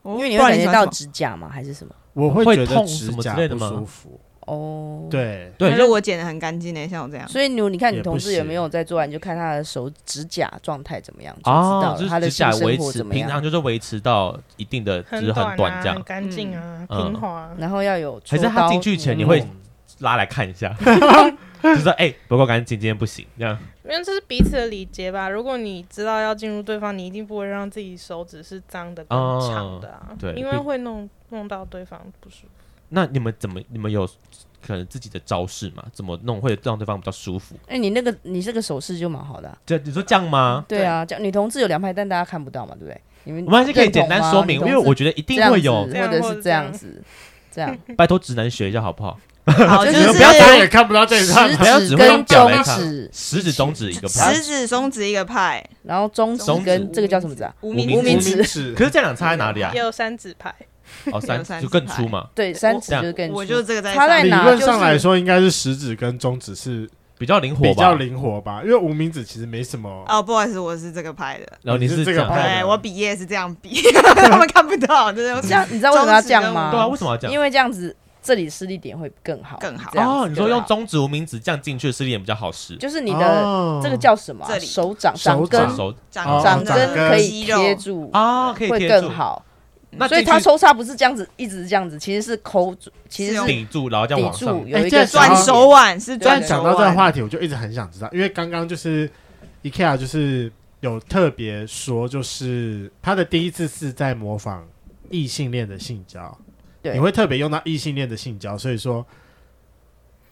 Speaker 5: 哦为你会感觉到指甲嘛，还是什么？
Speaker 1: 我会
Speaker 3: 会
Speaker 1: 觉得
Speaker 3: 痛
Speaker 1: 指
Speaker 3: 什么
Speaker 1: 甲
Speaker 3: 之类的
Speaker 1: 不
Speaker 3: 吗
Speaker 1: 舒服。
Speaker 5: 哦，。
Speaker 1: 对，
Speaker 3: 对，啊
Speaker 4: 可
Speaker 3: 就是
Speaker 4: 我剪的很干净呢，像我这 样。
Speaker 5: 所以你你看你
Speaker 1: 也
Speaker 5: 同
Speaker 1: 不
Speaker 5: 事有没
Speaker 1: 行
Speaker 5: 有在做完，你就看他的手指甲状态怎么样，就知
Speaker 3: 啊，
Speaker 5: 道
Speaker 3: 就
Speaker 5: 了
Speaker 3: 是
Speaker 5: 他的
Speaker 3: 指
Speaker 5: 性
Speaker 3: 甲维
Speaker 5: 生活
Speaker 3: 持，
Speaker 5: 怎么
Speaker 3: 平
Speaker 5: 样
Speaker 3: 常。就是维持到一定的，就
Speaker 6: 很
Speaker 3: 是很短
Speaker 6: 啊
Speaker 3: 这
Speaker 6: 很
Speaker 3: 样，
Speaker 6: 干净啊，
Speaker 3: 嗯
Speaker 6: 平滑。
Speaker 5: 然后要有
Speaker 3: 还
Speaker 5: 戳
Speaker 3: 是他
Speaker 5: 刀
Speaker 3: 进去前你
Speaker 5: 嗯
Speaker 3: 会拉来看一下，就说哎不够干净，今天不行，这样
Speaker 6: 因为这是彼此的礼节吧。如果你知道要进入对方，你一定不会让自己手指是脏的、跟
Speaker 3: 哦
Speaker 6: 长的啊，
Speaker 3: 对
Speaker 6: 因为
Speaker 3: 毕
Speaker 6: 会弄弄到对方不舒服。
Speaker 3: 那你们怎么你们有可能自己的招式嘛？怎么弄会让对方比较舒服？
Speaker 5: 哎，你那个你这个手势就蛮好的啊、
Speaker 3: 这你说这样吗？
Speaker 5: 对啊，这样女同志有两派，但大家看不到嘛，对不对？你们
Speaker 3: 我们还是可以
Speaker 5: 认同
Speaker 3: 简
Speaker 5: 啊
Speaker 3: 单
Speaker 5: 吗
Speaker 3: 说
Speaker 5: 女
Speaker 3: 明，因
Speaker 5: 同
Speaker 3: 为
Speaker 5: 志
Speaker 3: 我觉得一
Speaker 5: 这
Speaker 3: 定
Speaker 5: 样
Speaker 3: 会
Speaker 5: 子
Speaker 3: 有，
Speaker 5: 或者是
Speaker 6: 这
Speaker 5: 这
Speaker 6: 样
Speaker 5: 样子，这样
Speaker 3: 拜托直男学一下好不好？
Speaker 4: 好，就
Speaker 5: 就是是
Speaker 1: 不要当然也看不到这一段
Speaker 5: 食
Speaker 3: 不要只
Speaker 5: 指
Speaker 3: 会用
Speaker 5: 跟
Speaker 3: 脚来
Speaker 5: 中
Speaker 3: 看
Speaker 5: 指，
Speaker 3: 食指、中指一个吧
Speaker 4: 食。指、中指一个派，
Speaker 5: 然后中指
Speaker 3: 中指
Speaker 5: 跟这个叫什么指啊？
Speaker 4: 无
Speaker 3: 无
Speaker 4: 名
Speaker 3: 名
Speaker 5: 无名指
Speaker 1: 指
Speaker 3: 可是这两差在哪里啊
Speaker 6: 也？有三指牌，
Speaker 3: 哦，三
Speaker 4: 有三
Speaker 3: 就更
Speaker 4: 指
Speaker 3: 粗嘛，
Speaker 5: 对，三指就是更
Speaker 4: 我
Speaker 5: 粗
Speaker 4: 就这个在
Speaker 5: 插在
Speaker 4: 上
Speaker 1: 理
Speaker 4: 面
Speaker 5: 哪
Speaker 1: 论
Speaker 5: 就
Speaker 1: 上
Speaker 5: 是
Speaker 1: 来说，应该是食指跟中指是
Speaker 3: 比较灵活吧。
Speaker 1: 比较灵活吧，因为无名指其实没什么。
Speaker 4: 哦，不好意思，我是这个派的。
Speaker 3: 然后你是
Speaker 1: 你是这
Speaker 3: 这
Speaker 1: 个
Speaker 3: 样
Speaker 1: 派的嗯
Speaker 4: 对，我比耶是这样比，他们看不到，就是
Speaker 5: 这样，你知道为什么要这样
Speaker 4: 中
Speaker 5: 吗？
Speaker 4: 指
Speaker 3: 对啊，为什么要这样？
Speaker 5: 因为这样子这里视力点会更好，
Speaker 4: 更好
Speaker 5: 这样子
Speaker 3: 哦，你说
Speaker 5: 更好
Speaker 3: 用中指、无名指这样进去的视力也比较好使，
Speaker 5: 就是你的
Speaker 1: 哦
Speaker 5: 这个叫什么啊？
Speaker 4: 这里
Speaker 5: 手掌掌
Speaker 1: 手
Speaker 5: 根
Speaker 1: 掌
Speaker 3: 手
Speaker 1: 哦
Speaker 5: 掌
Speaker 1: 掌
Speaker 5: 根
Speaker 1: 根
Speaker 5: 可以
Speaker 4: 肌肉
Speaker 5: 贴住，
Speaker 3: 啊，可以
Speaker 5: 会
Speaker 3: 贴住
Speaker 5: 更，好。
Speaker 3: 那
Speaker 5: 所以
Speaker 3: 进去
Speaker 5: 他抽插不是这样子，一直这样子，其实是抠住，其实
Speaker 4: 是
Speaker 5: 是
Speaker 3: 顶住，然后这样
Speaker 5: 抵
Speaker 3: 往上
Speaker 5: 住，。有一
Speaker 1: 这样
Speaker 5: 个
Speaker 1: 讲到
Speaker 4: 转手腕是
Speaker 1: 突然
Speaker 4: 转
Speaker 1: 哦讲
Speaker 4: 手
Speaker 1: 到这个
Speaker 4: 腕。
Speaker 1: 话题，我就一直很想知道，因为刚刚就是 IKEA 就是有特别说，就是他的第一次是在模仿异性恋的性交，
Speaker 5: 对
Speaker 1: 你会特别用到异性恋的性交，所以说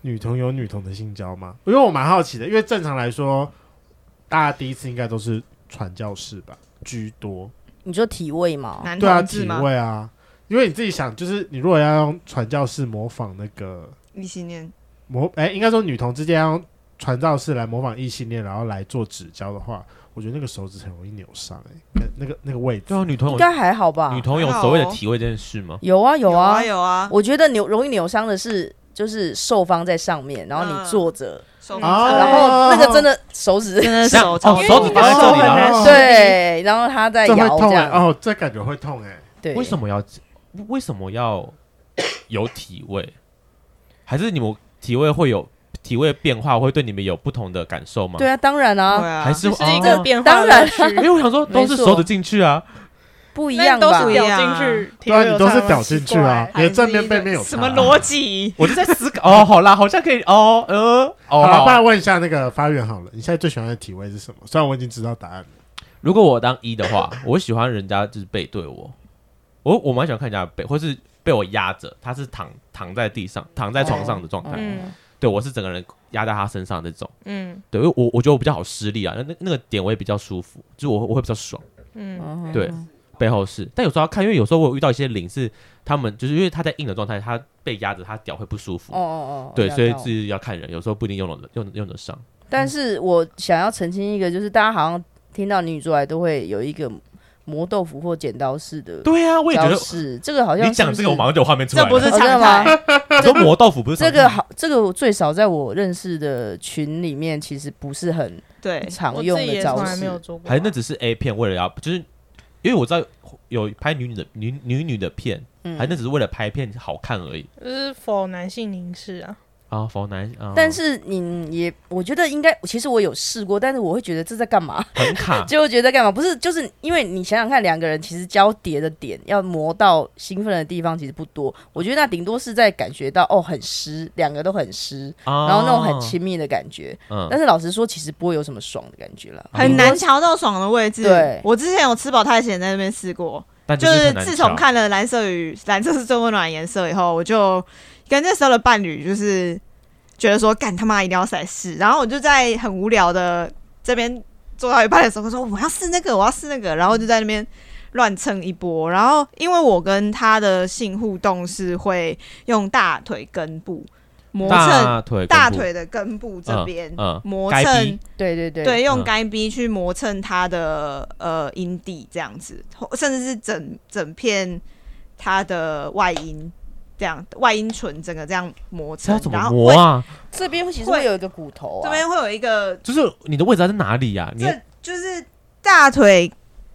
Speaker 1: 女童有女童的性交吗？因为我蛮好奇的，因为正常来说，大家第一次应该都是传教士吧居多，
Speaker 5: 你说体位嘛，
Speaker 4: 男
Speaker 1: 对啊，
Speaker 4: 同志
Speaker 1: 体
Speaker 4: 吗？
Speaker 1: 位啊，因为你自己想，就是你如果要用传教士模仿那个。
Speaker 4: 异性恋
Speaker 1: 模哎、应该说女童之间要用传教士来模仿异性恋，然后来做指交的话，我觉得那个手指很容易扭伤哎、那那个那个位置
Speaker 3: 对啊，女童
Speaker 5: 应
Speaker 3: 有
Speaker 5: 该还好吧
Speaker 3: 女？童有所谓的体位这件事吗？
Speaker 5: 有啊有啊
Speaker 4: 啊，有啊，
Speaker 5: 我觉得扭容易扭伤的是就是受方在上面，然后
Speaker 4: 嗯哦
Speaker 5: 你坐着，
Speaker 4: 手
Speaker 1: 啊
Speaker 5: 然后那个真的手 指
Speaker 4: 真的
Speaker 3: 这样
Speaker 4: 手
Speaker 3: 哦
Speaker 4: 超
Speaker 3: 手指
Speaker 1: 放在这里然后
Speaker 4: 哦
Speaker 5: 对，然后他在
Speaker 1: 这会
Speaker 5: 摇
Speaker 1: 痛
Speaker 5: 这
Speaker 1: 哎、
Speaker 5: 样，
Speaker 1: 哦，这感觉会痛哎、
Speaker 5: 对，
Speaker 3: 啊为什么要为什么要有体位？还是你们体位会有体位变化，会对你们有不同的感受吗？
Speaker 5: 对啊，当然
Speaker 4: 对
Speaker 5: 啊，
Speaker 4: 啊，
Speaker 3: 还是
Speaker 6: 这是一个
Speaker 3: 哦
Speaker 6: 变化
Speaker 5: 当
Speaker 6: 的
Speaker 5: 然
Speaker 6: 乐趣
Speaker 3: 因为我想说都是
Speaker 5: 没错
Speaker 3: 手指进去啊，
Speaker 5: 不一
Speaker 6: 那
Speaker 5: 样
Speaker 6: 你都
Speaker 5: 吧
Speaker 6: 是？
Speaker 4: 掉
Speaker 6: 屌进
Speaker 4: 不一
Speaker 6: 去，体
Speaker 1: 对啊，
Speaker 6: 会有
Speaker 1: 你都是
Speaker 6: 差吗
Speaker 1: 屌进去啊
Speaker 6: 奇，怪
Speaker 1: 你的正面背面有
Speaker 4: 什
Speaker 1: 差
Speaker 4: 么
Speaker 1: 啊
Speaker 4: 逻辑？
Speaker 3: 我就在思考。哦，好啦，好像可以哦，呃，哦，
Speaker 1: 好了，
Speaker 3: 好
Speaker 1: 不然问一下那个发源好了，你现在最喜欢的体位是什么？虽然我已经知道答案了，
Speaker 3: 如果我当一的话， 我喜欢人家就是背对我，我我蛮喜欢看人家的背，或是被我压着，他是躺躺在地上、躺在床上的
Speaker 5: 哦
Speaker 3: 状态。
Speaker 6: 嗯
Speaker 3: 对我是整个人压在他身上的那种。
Speaker 6: 嗯
Speaker 3: 对，因为我我觉得我比较好施力啊，那那那个点我也比较舒服，就是我我会比较爽。
Speaker 6: 嗯，
Speaker 5: 嗯哼
Speaker 3: 对，背后是，但有时候要看，因为有时候我有遇到一些零是他们就是因为他在硬的状态，他被压着，他屌会不舒服。
Speaker 5: 哦哦哦，
Speaker 3: 对，
Speaker 5: 我
Speaker 3: 所以
Speaker 5: 知道
Speaker 3: 自己要看人，有时候不一定用得用用得上。
Speaker 5: 但是我想要澄清一个，就是大家好像听到女主来都会有一个磨豆腐或剪刀式的
Speaker 3: 对啊，我也觉
Speaker 5: 招
Speaker 3: 得
Speaker 5: 式，这个好像
Speaker 3: 你讲
Speaker 5: 是
Speaker 3: 这个，我马上就有画面出来
Speaker 4: 这
Speaker 3: 了。
Speaker 4: 不是
Speaker 5: 哦
Speaker 4: 常
Speaker 5: 真的
Speaker 4: 态
Speaker 5: 吗，
Speaker 3: 你说磨豆腐不是
Speaker 5: 这
Speaker 3: 常
Speaker 5: 个好，这个我最少在我认识的群里面，其实不是很
Speaker 4: 对，
Speaker 1: 嗯
Speaker 5: 常
Speaker 6: 哎我
Speaker 5: 用
Speaker 6: 自己
Speaker 5: 的
Speaker 6: 也从
Speaker 5: 招
Speaker 6: 来没有
Speaker 5: 式。
Speaker 6: 做过啊，
Speaker 3: 还是那只是 A 片，为了要就是，因为我知道有拍女女的女女女的片，
Speaker 5: 嗯
Speaker 3: 啊还那只是为了拍片好看而已。
Speaker 6: 就是否男性凝视啊？
Speaker 3: 啊，否男啊，
Speaker 5: 但是你也，我觉得应该，其实我有试过，但是我会觉得这在干嘛？
Speaker 3: 很 卡
Speaker 5: 就会觉得在干嘛？不是，就是因为你想想看，两个人其实交叠的点要磨到兴奋的地方其实不多。我觉得那顶多是在感觉到哦很湿，两个都很湿，
Speaker 3: 啊，
Speaker 5: 然后那种很亲密的感觉。
Speaker 3: 嗯，
Speaker 5: 但是老实说，其实不会有什么爽的感觉了。
Speaker 1: 嗯
Speaker 4: 很难调到爽的位置。
Speaker 5: 对
Speaker 4: 我之前有吃饱太闲在那边试过，
Speaker 3: 但
Speaker 4: 就是是
Speaker 3: 很难
Speaker 4: 自从
Speaker 3: 找
Speaker 4: 看了《蓝色与蓝色是最温暖的颜色》以后，我就跟那时候的伴侣就是觉得说，干他妈一定要再试。然后我就在很无聊的这边做到一半的时候，我说我要试那个，我要试那个，然后就在那边乱蹭一波。然后因为我跟他的性互动是会用大腿根部磨蹭
Speaker 3: 大腿根部
Speaker 4: 大腿的根部这边。
Speaker 3: 嗯，
Speaker 4: 磨
Speaker 3: 该
Speaker 4: 蹭
Speaker 3: 逼
Speaker 5: 对对对，
Speaker 4: 对，用
Speaker 3: 嗯
Speaker 4: 干逼去磨蹭它的呃阴蒂这样子，或甚至是整整片它的外阴，这样外阴唇整个这样磨
Speaker 3: 这要
Speaker 4: 蹭
Speaker 3: 怎，
Speaker 4: 然
Speaker 3: 么
Speaker 4: 后
Speaker 3: 磨
Speaker 4: 会
Speaker 3: 啊？
Speaker 5: 这边其实会有一个骨头
Speaker 4: 这
Speaker 5: 啊，
Speaker 4: 边会有一个，
Speaker 3: 就是你的位置在哪里呀？你
Speaker 4: 这就是大腿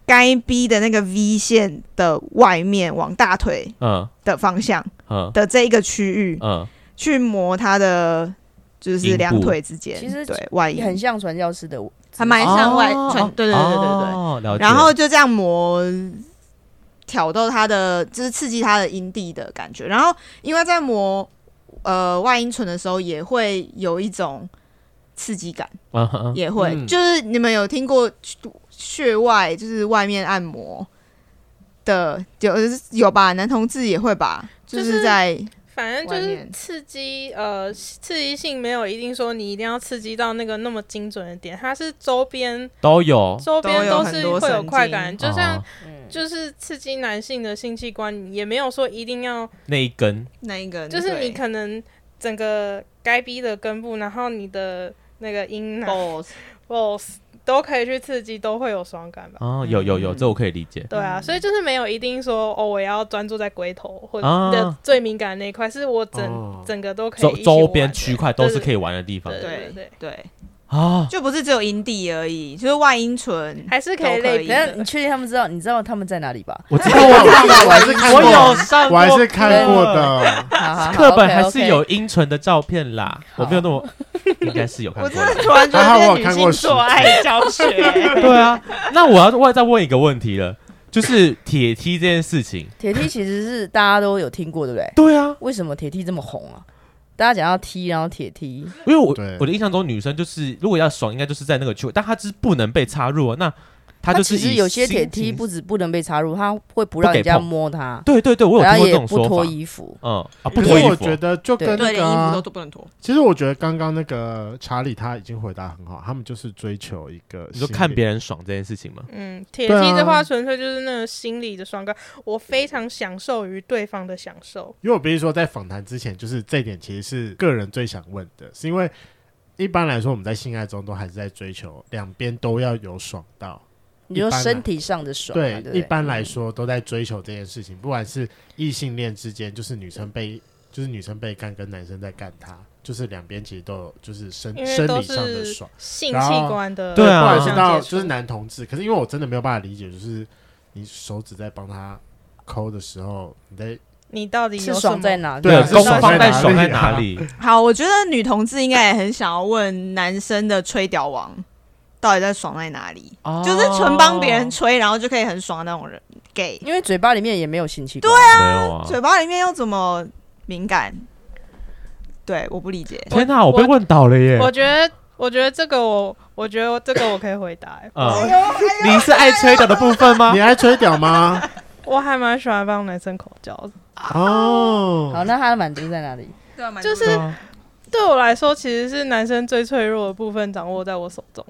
Speaker 4: 该逼的那个 V 线的外面往大腿
Speaker 3: 嗯
Speaker 4: 的方向
Speaker 3: 嗯
Speaker 4: 的这一个区域
Speaker 3: 嗯，
Speaker 4: 去磨它的。就
Speaker 3: 阴
Speaker 4: 是
Speaker 3: 部
Speaker 4: 两腿之间，
Speaker 5: 其实
Speaker 4: 对外
Speaker 5: 很
Speaker 4: 阴，
Speaker 5: 像传教士的
Speaker 4: 还蛮像外
Speaker 3: 哦
Speaker 4: 唇，对对对对对对，
Speaker 3: 哦了解。
Speaker 4: 然后就这样磨，挑逗他的，就是刺激他的阴蒂的感觉。然后因为在磨呃外阴唇的时候，也会有一种刺激感，
Speaker 3: 嗯嗯嗯
Speaker 4: 也会、
Speaker 1: 嗯
Speaker 4: 就是你们有听过穴外，就是外面按摩的，有有吧？男同志也会吧？就
Speaker 6: 就是
Speaker 4: 是在
Speaker 6: 反正就
Speaker 4: 外
Speaker 6: 是
Speaker 4: 面
Speaker 6: 刺激，呃，刺激性没有一定说你一定要刺激到那个那么精准的点，它是周边
Speaker 3: 都有，
Speaker 6: 周边
Speaker 4: 都有
Speaker 6: 都
Speaker 4: 很
Speaker 6: 是
Speaker 4: 多
Speaker 6: 会有
Speaker 4: 神
Speaker 6: 快
Speaker 4: 经
Speaker 6: 感，就像
Speaker 3: 哦
Speaker 6: 就是刺激男性的性器官，也没有说一定要，
Speaker 3: 那一根
Speaker 4: 那一个，
Speaker 6: 就是你
Speaker 4: 对
Speaker 6: 可能整个该逼的根部，然后你的那个阴囊、
Speaker 4: 哦
Speaker 6: balls 都可以去刺激，都会有爽感吧。
Speaker 3: 哦，有有
Speaker 4: 嗯
Speaker 3: 有，这我可以理解。
Speaker 6: 对啊，所以就是没有一定说哦，我要专注在龟头或
Speaker 3: 啊
Speaker 6: 者的最敏感的那一块，是我整、
Speaker 1: 哦
Speaker 6: 整个都可以
Speaker 3: 周
Speaker 6: 一起
Speaker 3: 周
Speaker 6: 玩
Speaker 3: 边
Speaker 6: 的
Speaker 3: 区块都是可
Speaker 6: 对
Speaker 3: 以玩的地方
Speaker 6: 对对
Speaker 4: 对
Speaker 6: 对对，
Speaker 4: 对，
Speaker 3: 啊。
Speaker 4: 就不是只有阴蒂而已，就是外阴唇。
Speaker 6: 还是可
Speaker 4: 都
Speaker 6: 以
Speaker 4: 可
Speaker 6: 类
Speaker 4: 以
Speaker 5: 等
Speaker 6: 比
Speaker 5: 一
Speaker 6: 的
Speaker 5: 下，你确定他们知道？你知道他们在哪里 吧？
Speaker 3: 我知 道，
Speaker 1: 我
Speaker 3: 哦我
Speaker 1: 看 过，我还是看
Speaker 3: 我
Speaker 1: 过，
Speaker 3: 有上
Speaker 1: 我
Speaker 3: 过，
Speaker 1: 还是看过。的。
Speaker 5: 好好好
Speaker 3: 课本
Speaker 5: OK，OK
Speaker 3: 还是有阴唇的照片啦，
Speaker 5: 好
Speaker 3: 我没有那么， 应该是有看
Speaker 4: 我
Speaker 3: 过
Speaker 4: 真的
Speaker 3: 的。
Speaker 4: 突然觉
Speaker 1: 还好
Speaker 4: 得
Speaker 1: 我有
Speaker 4: 变女
Speaker 1: 看
Speaker 4: 性
Speaker 1: 过实
Speaker 3: 啊
Speaker 4: 做爱教学，
Speaker 3: 对啊，那我要我再问一个问题了，就是铁梯这件 事情。
Speaker 5: 铁梯其实是大家都有听过，对不对？
Speaker 3: 对啊，
Speaker 5: 为什么铁梯这么红啊？大家讲到踢，然后铁梯，
Speaker 3: 因为我
Speaker 1: 对
Speaker 3: 我的印象中女生就是如果要爽，应该就是在那个区位，但她就是不能被插入啊。那她
Speaker 5: 它
Speaker 3: 就是
Speaker 5: 其实
Speaker 3: 以
Speaker 5: 有些
Speaker 3: 心
Speaker 5: 铁梯
Speaker 3: 情
Speaker 5: 不止不能被插入，它会不让人家摸它，
Speaker 3: 对对对，我有
Speaker 5: 然
Speaker 3: 听
Speaker 5: 后
Speaker 3: 过这
Speaker 5: 也
Speaker 3: 种
Speaker 5: 不
Speaker 3: 说
Speaker 5: 脱
Speaker 3: 法。
Speaker 5: 衣服。
Speaker 3: 嗯啊，不
Speaker 1: 可
Speaker 3: 脱
Speaker 1: 是
Speaker 3: 衣
Speaker 1: 我
Speaker 3: 服
Speaker 1: 觉
Speaker 3: 哦，
Speaker 1: 得就跟
Speaker 5: 对
Speaker 1: 那个啊，
Speaker 4: 不能脱。
Speaker 1: 其实我觉得刚刚那个查理他已经回答很好，他们就是追求一个
Speaker 3: 你说
Speaker 1: 心
Speaker 3: 看
Speaker 1: 理
Speaker 3: 别人爽这件事情吗？
Speaker 6: 嗯，铁
Speaker 1: 对
Speaker 6: 梯
Speaker 1: 啊
Speaker 6: 的话，纯粹就是那个心理的爽感。我非常享受于对方的享受，
Speaker 1: 因为我必须说，在访谈之前，就是这一点其实是个人最想问的，是因为一般来说我们在性爱中都还是在追求两边都要有爽到，
Speaker 5: 你说
Speaker 1: 一般来
Speaker 5: 身体上的爽、啊，对不对，
Speaker 1: 一般来说都在追求这件事情，不管是异性恋之间，就是女生被就是女生被干跟男生在干她，就是两边其实都有就是生
Speaker 6: 因为
Speaker 1: 生
Speaker 6: 都
Speaker 1: 理上的
Speaker 6: 是
Speaker 1: 爽，
Speaker 6: 性
Speaker 1: 然后
Speaker 6: 器官的
Speaker 3: 对
Speaker 1: 呃
Speaker 3: 啊
Speaker 1: 不管是到
Speaker 6: 相接触
Speaker 1: 就是男同志，可是因为我真的没有办法理解，就是你手指在帮他抠的时候，你在
Speaker 6: 你到底有
Speaker 5: 嗯是
Speaker 6: 什
Speaker 5: 爽
Speaker 6: 么
Speaker 5: 在哪？
Speaker 1: 对啊
Speaker 3: 功
Speaker 1: 是爽
Speaker 3: 放
Speaker 1: 在
Speaker 3: 在
Speaker 1: 哪
Speaker 3: 爽
Speaker 1: 里
Speaker 3: 在
Speaker 1: 啊
Speaker 3: 哪里？
Speaker 4: 好，我觉得女同志应该也很想要问男生的吹屌王到底在爽在哪里，
Speaker 3: 哦
Speaker 4: 就是纯帮别人吹，然后就可以很爽的那种人 gay，
Speaker 5: 因为嘴巴里面也没有性器官。
Speaker 3: 没有啊。
Speaker 4: 嘴巴里面又怎么敏感？对，我不理解。
Speaker 3: 天哪，我被
Speaker 6: 我
Speaker 3: 问倒了耶！。
Speaker 6: 我觉得，我觉得这个我，我觉得这个我可以回答、欸
Speaker 3: 啊，你是爱吹的的部分吗
Speaker 1: 你？还吹屌吗？
Speaker 6: 我还蛮喜欢帮男生口交的，
Speaker 1: 哦，
Speaker 5: 好，那他的满足在哪里？
Speaker 4: 对
Speaker 6: 就
Speaker 4: 就是
Speaker 6: 是对我来说，其实是男生最脆弱的部分掌握在我手中。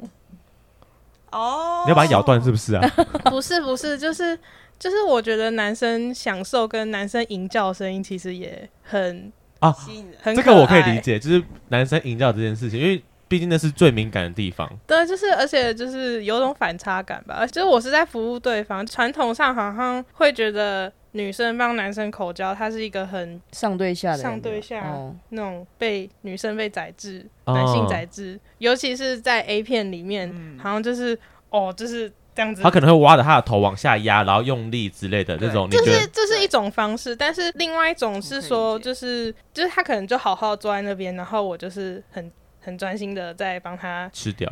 Speaker 4: 哦，
Speaker 3: 你要把它咬断是不是啊？
Speaker 6: 不是，不是，就是就是，我觉得男生享受跟男生吟叫的声音其实也很
Speaker 3: 啊，
Speaker 4: 吸引人。
Speaker 6: 很
Speaker 3: 这个我可以
Speaker 6: 爱
Speaker 3: 理解，就是男生营造这件事情，因为毕竟那是最敏感的地方。
Speaker 6: 对，就是而且就是有种反差感吧，而且就是我是在服务对方，传统上好像会觉得女生帮男生口交，它是一个很
Speaker 5: 上对下的感觉，
Speaker 6: 上对下
Speaker 5: 哦，
Speaker 6: 那种被女生被宰制、
Speaker 3: 哦
Speaker 6: 男性宰制，尤其是在 A 片里面，
Speaker 4: 嗯
Speaker 6: 好像就是哦，就是这样子
Speaker 3: 他。可能会挖着他的头往下压，然后用力之类的那种，你
Speaker 6: 这
Speaker 3: 觉得
Speaker 6: 是这是一种方式，但是另外一种是说，就是就是他可能就好好坐在那边，然后我就是很很专心的在帮他
Speaker 3: 吃掉？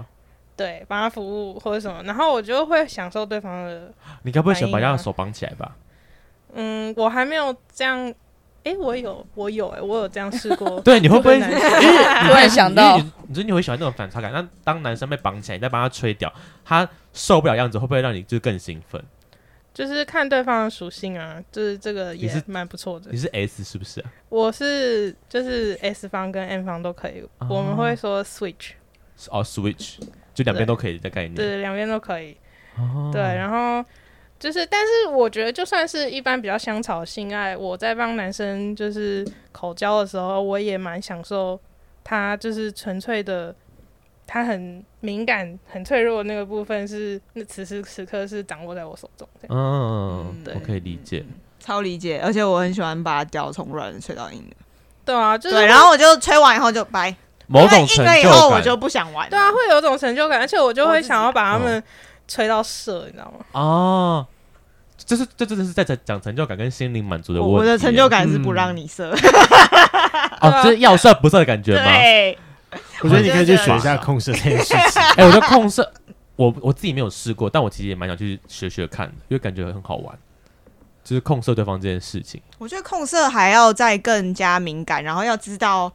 Speaker 6: 对帮他服务或者什么，然后我就会享受对方的。
Speaker 3: 你该不会想把
Speaker 6: 反应
Speaker 3: 人家
Speaker 6: 吗
Speaker 3: 的手绑起来吧？
Speaker 6: 嗯，我还没有这样，诶，我有我有诶，我有这样试过
Speaker 3: 。对，你会不会？
Speaker 6: 就
Speaker 3: 因
Speaker 6: 很
Speaker 3: 为
Speaker 6: 难
Speaker 5: 突然想到
Speaker 3: 你，你说你会喜欢那种反差感。那当男生被绑起来，你再帮他吹掉，他受不了样子，会不会让你就更兴奋？
Speaker 6: 就是看对方的属性啊，就是这个
Speaker 3: 你
Speaker 6: 也
Speaker 3: 是
Speaker 6: 蛮不错的
Speaker 3: 你。是 S 是不是啊？
Speaker 6: 我是就是 S 方跟 M 方都可以，
Speaker 3: 哦
Speaker 6: 我们会说 switch，
Speaker 3: 哦，Switch，就两边都可以的概念。
Speaker 6: 对，两边都可以。
Speaker 3: 嗯哦
Speaker 6: 对，然后就是，但是我觉得就算是一般比较香草性爱，我在帮男生就是口交的时候，我也蛮享受他就是纯粹的，他很敏感、很脆弱的那个部分是，那此时此刻是掌握在我手中。这样
Speaker 3: 嗯，
Speaker 6: 对
Speaker 3: 我可以理解。
Speaker 4: 超理解，而且我很喜欢把屌从软的吹到硬的。
Speaker 6: 对啊，就是
Speaker 4: 对，然后我就吹完以后就掰，
Speaker 3: 某种
Speaker 4: 因
Speaker 3: 成
Speaker 4: 为硬了以
Speaker 3: 就
Speaker 4: 后我
Speaker 3: 感
Speaker 4: 就不想玩了。
Speaker 6: 对啊，会有一种成就感，而且我就
Speaker 4: 我
Speaker 6: 会
Speaker 4: 自己
Speaker 6: 想要把他
Speaker 3: 嗯
Speaker 6: 们吹到射，你知道吗？
Speaker 3: 哦，这是这这这是在讲讲成就感跟心灵满足的
Speaker 4: 我
Speaker 3: 问题。
Speaker 4: 我的成就感是不让你 射，
Speaker 3: 哦，这是要射不射的感觉吗？
Speaker 4: 对，
Speaker 1: 我觉得你可以去学一下控射这件事情。
Speaker 3: 哎，我的控射，我我自己没有试过，但我其实也蛮想去学学看的，因为感觉很好玩，就是控射对方这件事情。
Speaker 4: 我觉得控射还要再更加敏感，然后要知道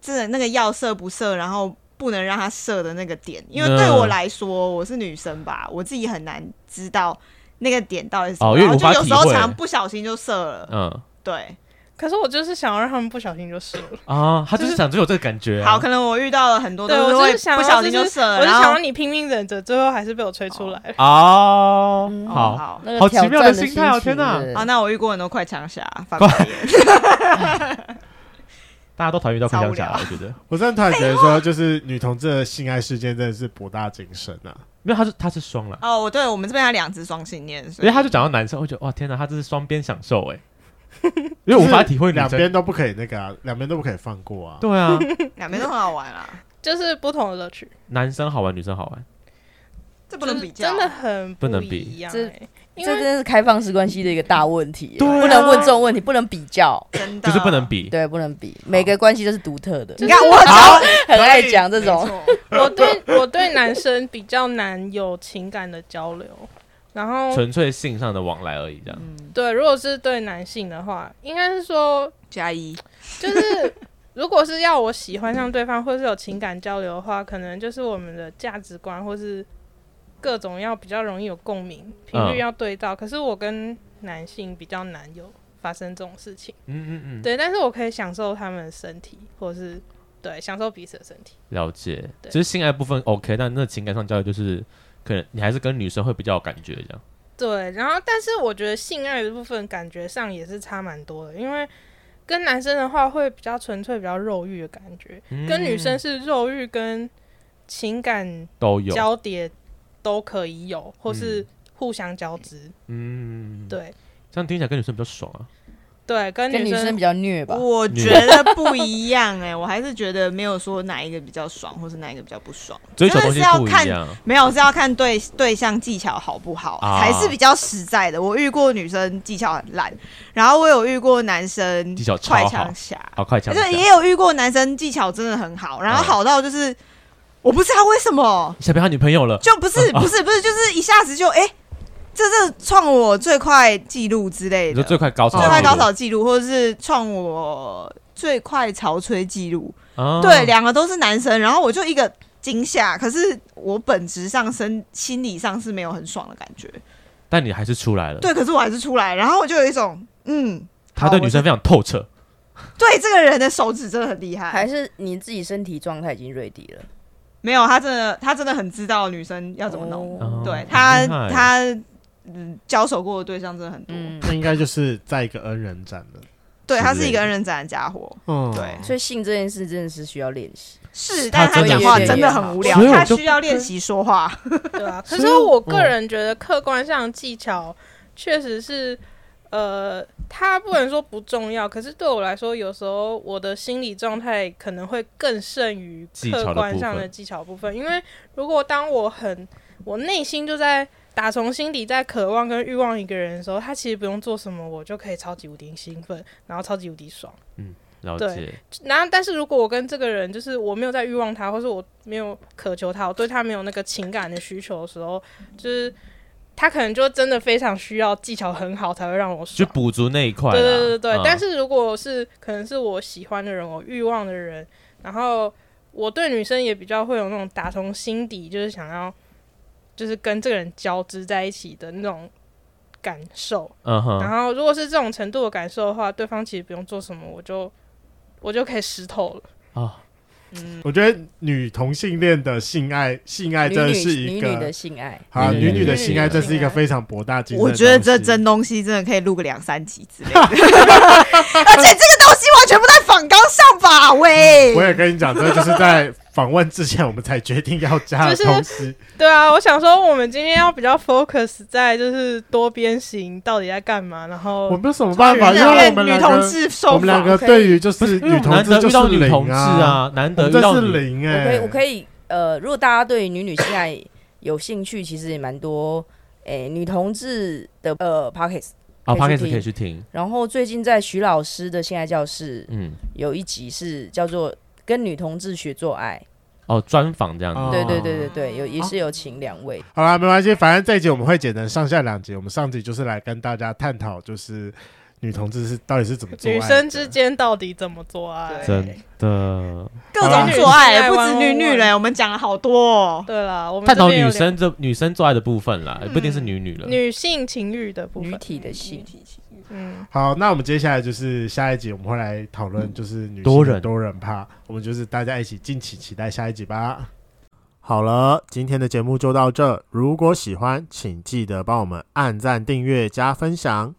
Speaker 4: 这那个要射不射，然后不能让他射的那个点，因为
Speaker 3: 嗯
Speaker 4: 对我来说，我是女生吧，我自己很难知道那个点到底是什么，
Speaker 3: 哦因为
Speaker 4: 然后
Speaker 3: 无法
Speaker 4: 就有时候
Speaker 3: 体会
Speaker 4: 常不小心就射了。
Speaker 3: 嗯
Speaker 4: 对，
Speaker 6: 可是我就是想要让他们不小心就射了，
Speaker 3: 啊，他就是想追求这个感觉啊。
Speaker 4: 好，可能我遇到了很多
Speaker 6: 对
Speaker 4: 都
Speaker 6: 我
Speaker 4: 是
Speaker 6: 就
Speaker 4: 会
Speaker 6: 是想
Speaker 4: 不
Speaker 6: 要
Speaker 4: 小
Speaker 6: 就
Speaker 4: 心就是射了，
Speaker 6: 我就
Speaker 4: 然
Speaker 6: 想
Speaker 4: 后
Speaker 6: 让你拼命忍着，最后还是被我吹出来了。
Speaker 3: 哦，
Speaker 5: 嗯
Speaker 4: 好
Speaker 3: 好，
Speaker 5: 那个
Speaker 3: 好
Speaker 5: 挑
Speaker 3: 奇妙
Speaker 5: 战
Speaker 3: 的
Speaker 5: 的
Speaker 3: 心态哦
Speaker 5: 情
Speaker 3: 天哪
Speaker 5: 对
Speaker 4: 好，那我遇过很多快枪侠，翻白眼。
Speaker 3: 大家都讨厌遇到
Speaker 4: 超
Speaker 3: 快枪
Speaker 4: 无
Speaker 3: 侠，
Speaker 4: 聊
Speaker 3: 我觉得，
Speaker 1: 我真的突然觉得说，就是女同志的性爱事件真的是博大精深啊！
Speaker 3: 因为他是他是双了，
Speaker 4: 哦，我对我们这边还有两只双性恋，所
Speaker 3: 因
Speaker 4: 以
Speaker 3: 为他就讲到男生，我觉得哇天哪，他这是双边享受哎，因为无法体会女
Speaker 1: 两
Speaker 3: 生
Speaker 1: 边都不可以那个、啊，两边都不可以放过啊！
Speaker 3: 对啊，
Speaker 4: 两边都很好玩啊啦，
Speaker 6: 就是不同的乐趣，
Speaker 3: 男生好玩，女生好玩，
Speaker 4: 这不能比较，
Speaker 6: 就是真的很
Speaker 3: 不能比
Speaker 6: 一样、
Speaker 5: 这
Speaker 6: 欸。
Speaker 5: 这
Speaker 6: 因
Speaker 5: 真
Speaker 6: 为
Speaker 5: 的是开放式关系的一个大问题耶，
Speaker 3: 对啊
Speaker 5: 不能问这种问题，不能比较，
Speaker 4: 真的
Speaker 3: 就是不能。比。
Speaker 5: 对，不能比，每个关系都是独特的。
Speaker 4: 你看我很
Speaker 5: 好，很爱讲这种，
Speaker 6: 我对我对男生比较难有情感的交流，然
Speaker 4: 啊
Speaker 6: 后
Speaker 3: 纯粹性上的往来而已，这样。
Speaker 4: 嗯
Speaker 6: 对，如果是对男性的话，应该是说
Speaker 4: 加一，
Speaker 6: 就是如果是要我喜欢上对方，或是有情感交流的话，可能就是我们的价值观或是各种要比较容易有共鸣，频
Speaker 3: 嗯
Speaker 6: 率要对到。可是我跟男性比较难有发生这种事情，
Speaker 3: 嗯嗯嗯，
Speaker 6: 对，但是我可以享受他们的身体，或是对享受彼此的身体。
Speaker 3: 了解。
Speaker 6: 对
Speaker 3: 就是性爱部分 OK，但那情感上交流就是，可能你还是跟女生会比较有感觉这样。
Speaker 6: 对，然后但是我觉得性爱的部分感觉上也是差蛮多的，因为跟男生的话会比较纯粹、比较肉欲的感觉，跟女生
Speaker 3: 嗯
Speaker 6: 是肉欲跟情感
Speaker 3: 都有，
Speaker 6: 交叠都可以有，或是
Speaker 3: 嗯
Speaker 6: 互相交织。
Speaker 3: 嗯，，
Speaker 6: 对
Speaker 3: 这样听起来跟女生比较爽啊。
Speaker 6: 对，跟
Speaker 5: 跟女生比较虐吧。
Speaker 4: 我觉得不一样哎、我还是觉得没有说哪一个比较爽，或是哪一个比较不爽，
Speaker 3: 追求的东
Speaker 4: 是
Speaker 3: 西
Speaker 4: 要
Speaker 3: 不一
Speaker 4: 看
Speaker 3: 样，
Speaker 4: 没有是要看对对象技巧好不好、
Speaker 3: 啊
Speaker 4: 才是比较实在的。我遇过女生技巧很烂，然后我有遇过男生
Speaker 3: 技巧超
Speaker 4: 快
Speaker 3: 好
Speaker 4: 枪侠，
Speaker 3: 好快枪侠。
Speaker 4: 对，也有遇过男生技巧真的很好，然后
Speaker 3: 嗯
Speaker 4: 好到就是、我不知道为什么，
Speaker 3: 小编他女朋友了，
Speaker 4: 就 不是不是不是，就是一下子就哎、这是创我最快记录之类
Speaker 3: 你
Speaker 4: 的
Speaker 3: 说，最快高潮，
Speaker 4: 最快高潮记录，或者是创我最快潮吹记录。
Speaker 3: 啊，
Speaker 4: 对，两个都是男生，然后我就一个惊吓，可是我本质上身心理上是没有很爽的感觉。
Speaker 3: 但你还是出来了。
Speaker 4: 对，可是我还是出来，然后我就有一种嗯，
Speaker 3: 他对女生非常透彻，
Speaker 4: 对这个人的手指真的很厉
Speaker 5: 还
Speaker 4: 害，
Speaker 5: 是你自己身体状态已经锐地了，
Speaker 4: 没有他真的他真的很知道女生要怎么弄。
Speaker 5: 哦
Speaker 4: 对
Speaker 3: 很
Speaker 4: 他
Speaker 3: 厉害
Speaker 4: 他嗯交手过的对象真的很多，
Speaker 5: 嗯，
Speaker 1: 那应该就是在一个恩人展了。
Speaker 4: 对他
Speaker 3: 之
Speaker 4: 是一个
Speaker 3: 类的
Speaker 4: 很认真的家伙。
Speaker 1: 嗯，
Speaker 4: 对
Speaker 5: 所以性这件事真的是需要练习。
Speaker 4: 是，
Speaker 3: 他
Speaker 4: 但他
Speaker 3: 真的
Speaker 4: 讲
Speaker 3: 是
Speaker 4: 话
Speaker 5: 有
Speaker 4: 真的
Speaker 5: 点
Speaker 4: 很无聊
Speaker 3: 所以，我
Speaker 4: 他
Speaker 3: 就
Speaker 4: 需要练习说话。
Speaker 6: 对啊。可是我个
Speaker 3: 嗯
Speaker 6: 人觉得客观上技巧确实是，呃，它不能说不重要，可是对我来说，有时候我的心理状态可能会更胜于
Speaker 3: 技巧的
Speaker 6: 客
Speaker 3: 部
Speaker 6: 观
Speaker 3: 分
Speaker 6: 上的技巧部分，因为如果当我很我内心就在打从心底在渴望跟欲望一个人的时候，他其实不用做什么，我就可以超级无敌兴奋，然后超级无敌爽。
Speaker 3: 了
Speaker 6: 对
Speaker 3: 解，
Speaker 6: 然后，但是如果我跟这个人，就是我没有在欲望他，或是我没有渴求他，我对他没有那个情感的需求的时候，就是他可能就真的非常需要技巧很好才会让我
Speaker 3: 去
Speaker 6: 爽。
Speaker 3: 补足那一块啦。
Speaker 6: 对对对对，
Speaker 3: 嗯
Speaker 6: 但是如果是可能是我喜欢的人，我欲望的人，然后我对女生也比较会有那种打从心底就是想要，就是跟这个人交织在一起的那种感受。
Speaker 3: 嗯哼，
Speaker 6: 然后如果是这种程度的感受的话，对方其实不用做什么，我就我就可以湿透了。
Speaker 3: 啊，
Speaker 1: 我觉得女同性恋的性爱，性爱哎真的是
Speaker 5: 女
Speaker 1: 一
Speaker 5: 女女女的
Speaker 1: 个
Speaker 5: 性爱，
Speaker 1: 啊，
Speaker 3: 女
Speaker 1: 女
Speaker 3: 女
Speaker 1: 女
Speaker 3: 的
Speaker 1: 的
Speaker 3: 性
Speaker 1: 性爱，
Speaker 3: 爱
Speaker 1: 这是一个非常博大精深。
Speaker 4: 我觉得这真，东西真的可以录个两三集之类的， 而且这个东西完全不在仿纲上吧？喂，
Speaker 1: 我也跟你讲，这就是在访问之前我们才决定要加的
Speaker 6: 就是
Speaker 1: 东西。
Speaker 6: 对啊，我想说我们今天要比较 focus 在就是多边形到底在干嘛，然后
Speaker 1: 我没有什么办法，
Speaker 4: 女
Speaker 1: 因为我们
Speaker 4: 女
Speaker 1: 两
Speaker 4: 同
Speaker 1: 个，
Speaker 4: 志受
Speaker 1: 我
Speaker 4: 访
Speaker 1: 们两个
Speaker 5: 可以
Speaker 1: 对于就是
Speaker 3: 因为
Speaker 1: 女
Speaker 3: 我们
Speaker 1: 同
Speaker 3: 难
Speaker 1: 志
Speaker 3: 得
Speaker 1: 就
Speaker 3: 遇到
Speaker 1: 是
Speaker 3: 女同
Speaker 1: 零
Speaker 3: 志，啊，难
Speaker 1: 我
Speaker 3: 得
Speaker 1: 们
Speaker 3: 遇
Speaker 1: 这
Speaker 3: 到
Speaker 1: 是
Speaker 3: 女
Speaker 1: 零
Speaker 5: 我可以，
Speaker 1: 哎，
Speaker 5: 我可以，呃，如果大家对于女女性爱有兴趣，其实也蛮多，诶、女同志的呃 p o c k e t
Speaker 3: 啊 p o
Speaker 5: 可
Speaker 3: d c
Speaker 5: 以去
Speaker 3: a 可以去听，
Speaker 5: 然后最近在徐老师的性爱教室
Speaker 3: 嗯，
Speaker 5: 有一集是叫做《跟女同志学做爱
Speaker 3: 哦，专访这样子，
Speaker 1: 哦
Speaker 5: 对对对对对，有也是有请两位。
Speaker 1: 好啦，没关系，反正这一集我们会剪成上下两集。我们上集就是来跟大家探讨，就是女同志是到底是怎么做爱
Speaker 6: 女
Speaker 1: 的
Speaker 6: 生之间到底怎么做爱。
Speaker 4: 对
Speaker 3: 真的。
Speaker 4: 各
Speaker 1: 啊
Speaker 4: 种做
Speaker 6: 好
Speaker 4: 爱，
Speaker 6: 啦
Speaker 4: 不止女女嘞，我们讲了好多哦。
Speaker 6: 对啦，我们
Speaker 3: 探讨
Speaker 6: 这边有
Speaker 3: 女
Speaker 6: 两嗯
Speaker 3: 生这女生做爱的部分啦，也不一定是女女了。
Speaker 6: 女性情欲的部
Speaker 5: 女
Speaker 6: 分，
Speaker 5: 体的性，
Speaker 6: 嗯，
Speaker 1: 好，那我们接下来就是下一集，我们会来讨论就是女性的
Speaker 3: 多人
Speaker 1: 嗯多人趴，我们就是大家一起敬请期待下一集吧。好了，今天的节目就到这。如果喜欢，请记得帮我们按赞、订阅、加分享。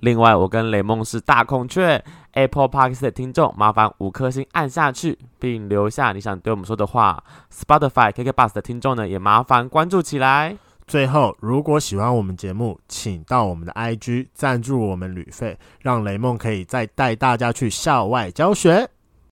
Speaker 2: 另外，我跟雷梦是大孔雀 Apple Park 的听众，麻烦五颗星按下去，并留下你想对我们说的话。Spotify KK Bus 的听众呢，也麻烦关注起来。
Speaker 1: 最后，如果喜欢我们节目，请到我们的 IG 赞助我们旅费，让雷梦可以再带大家去校外教学。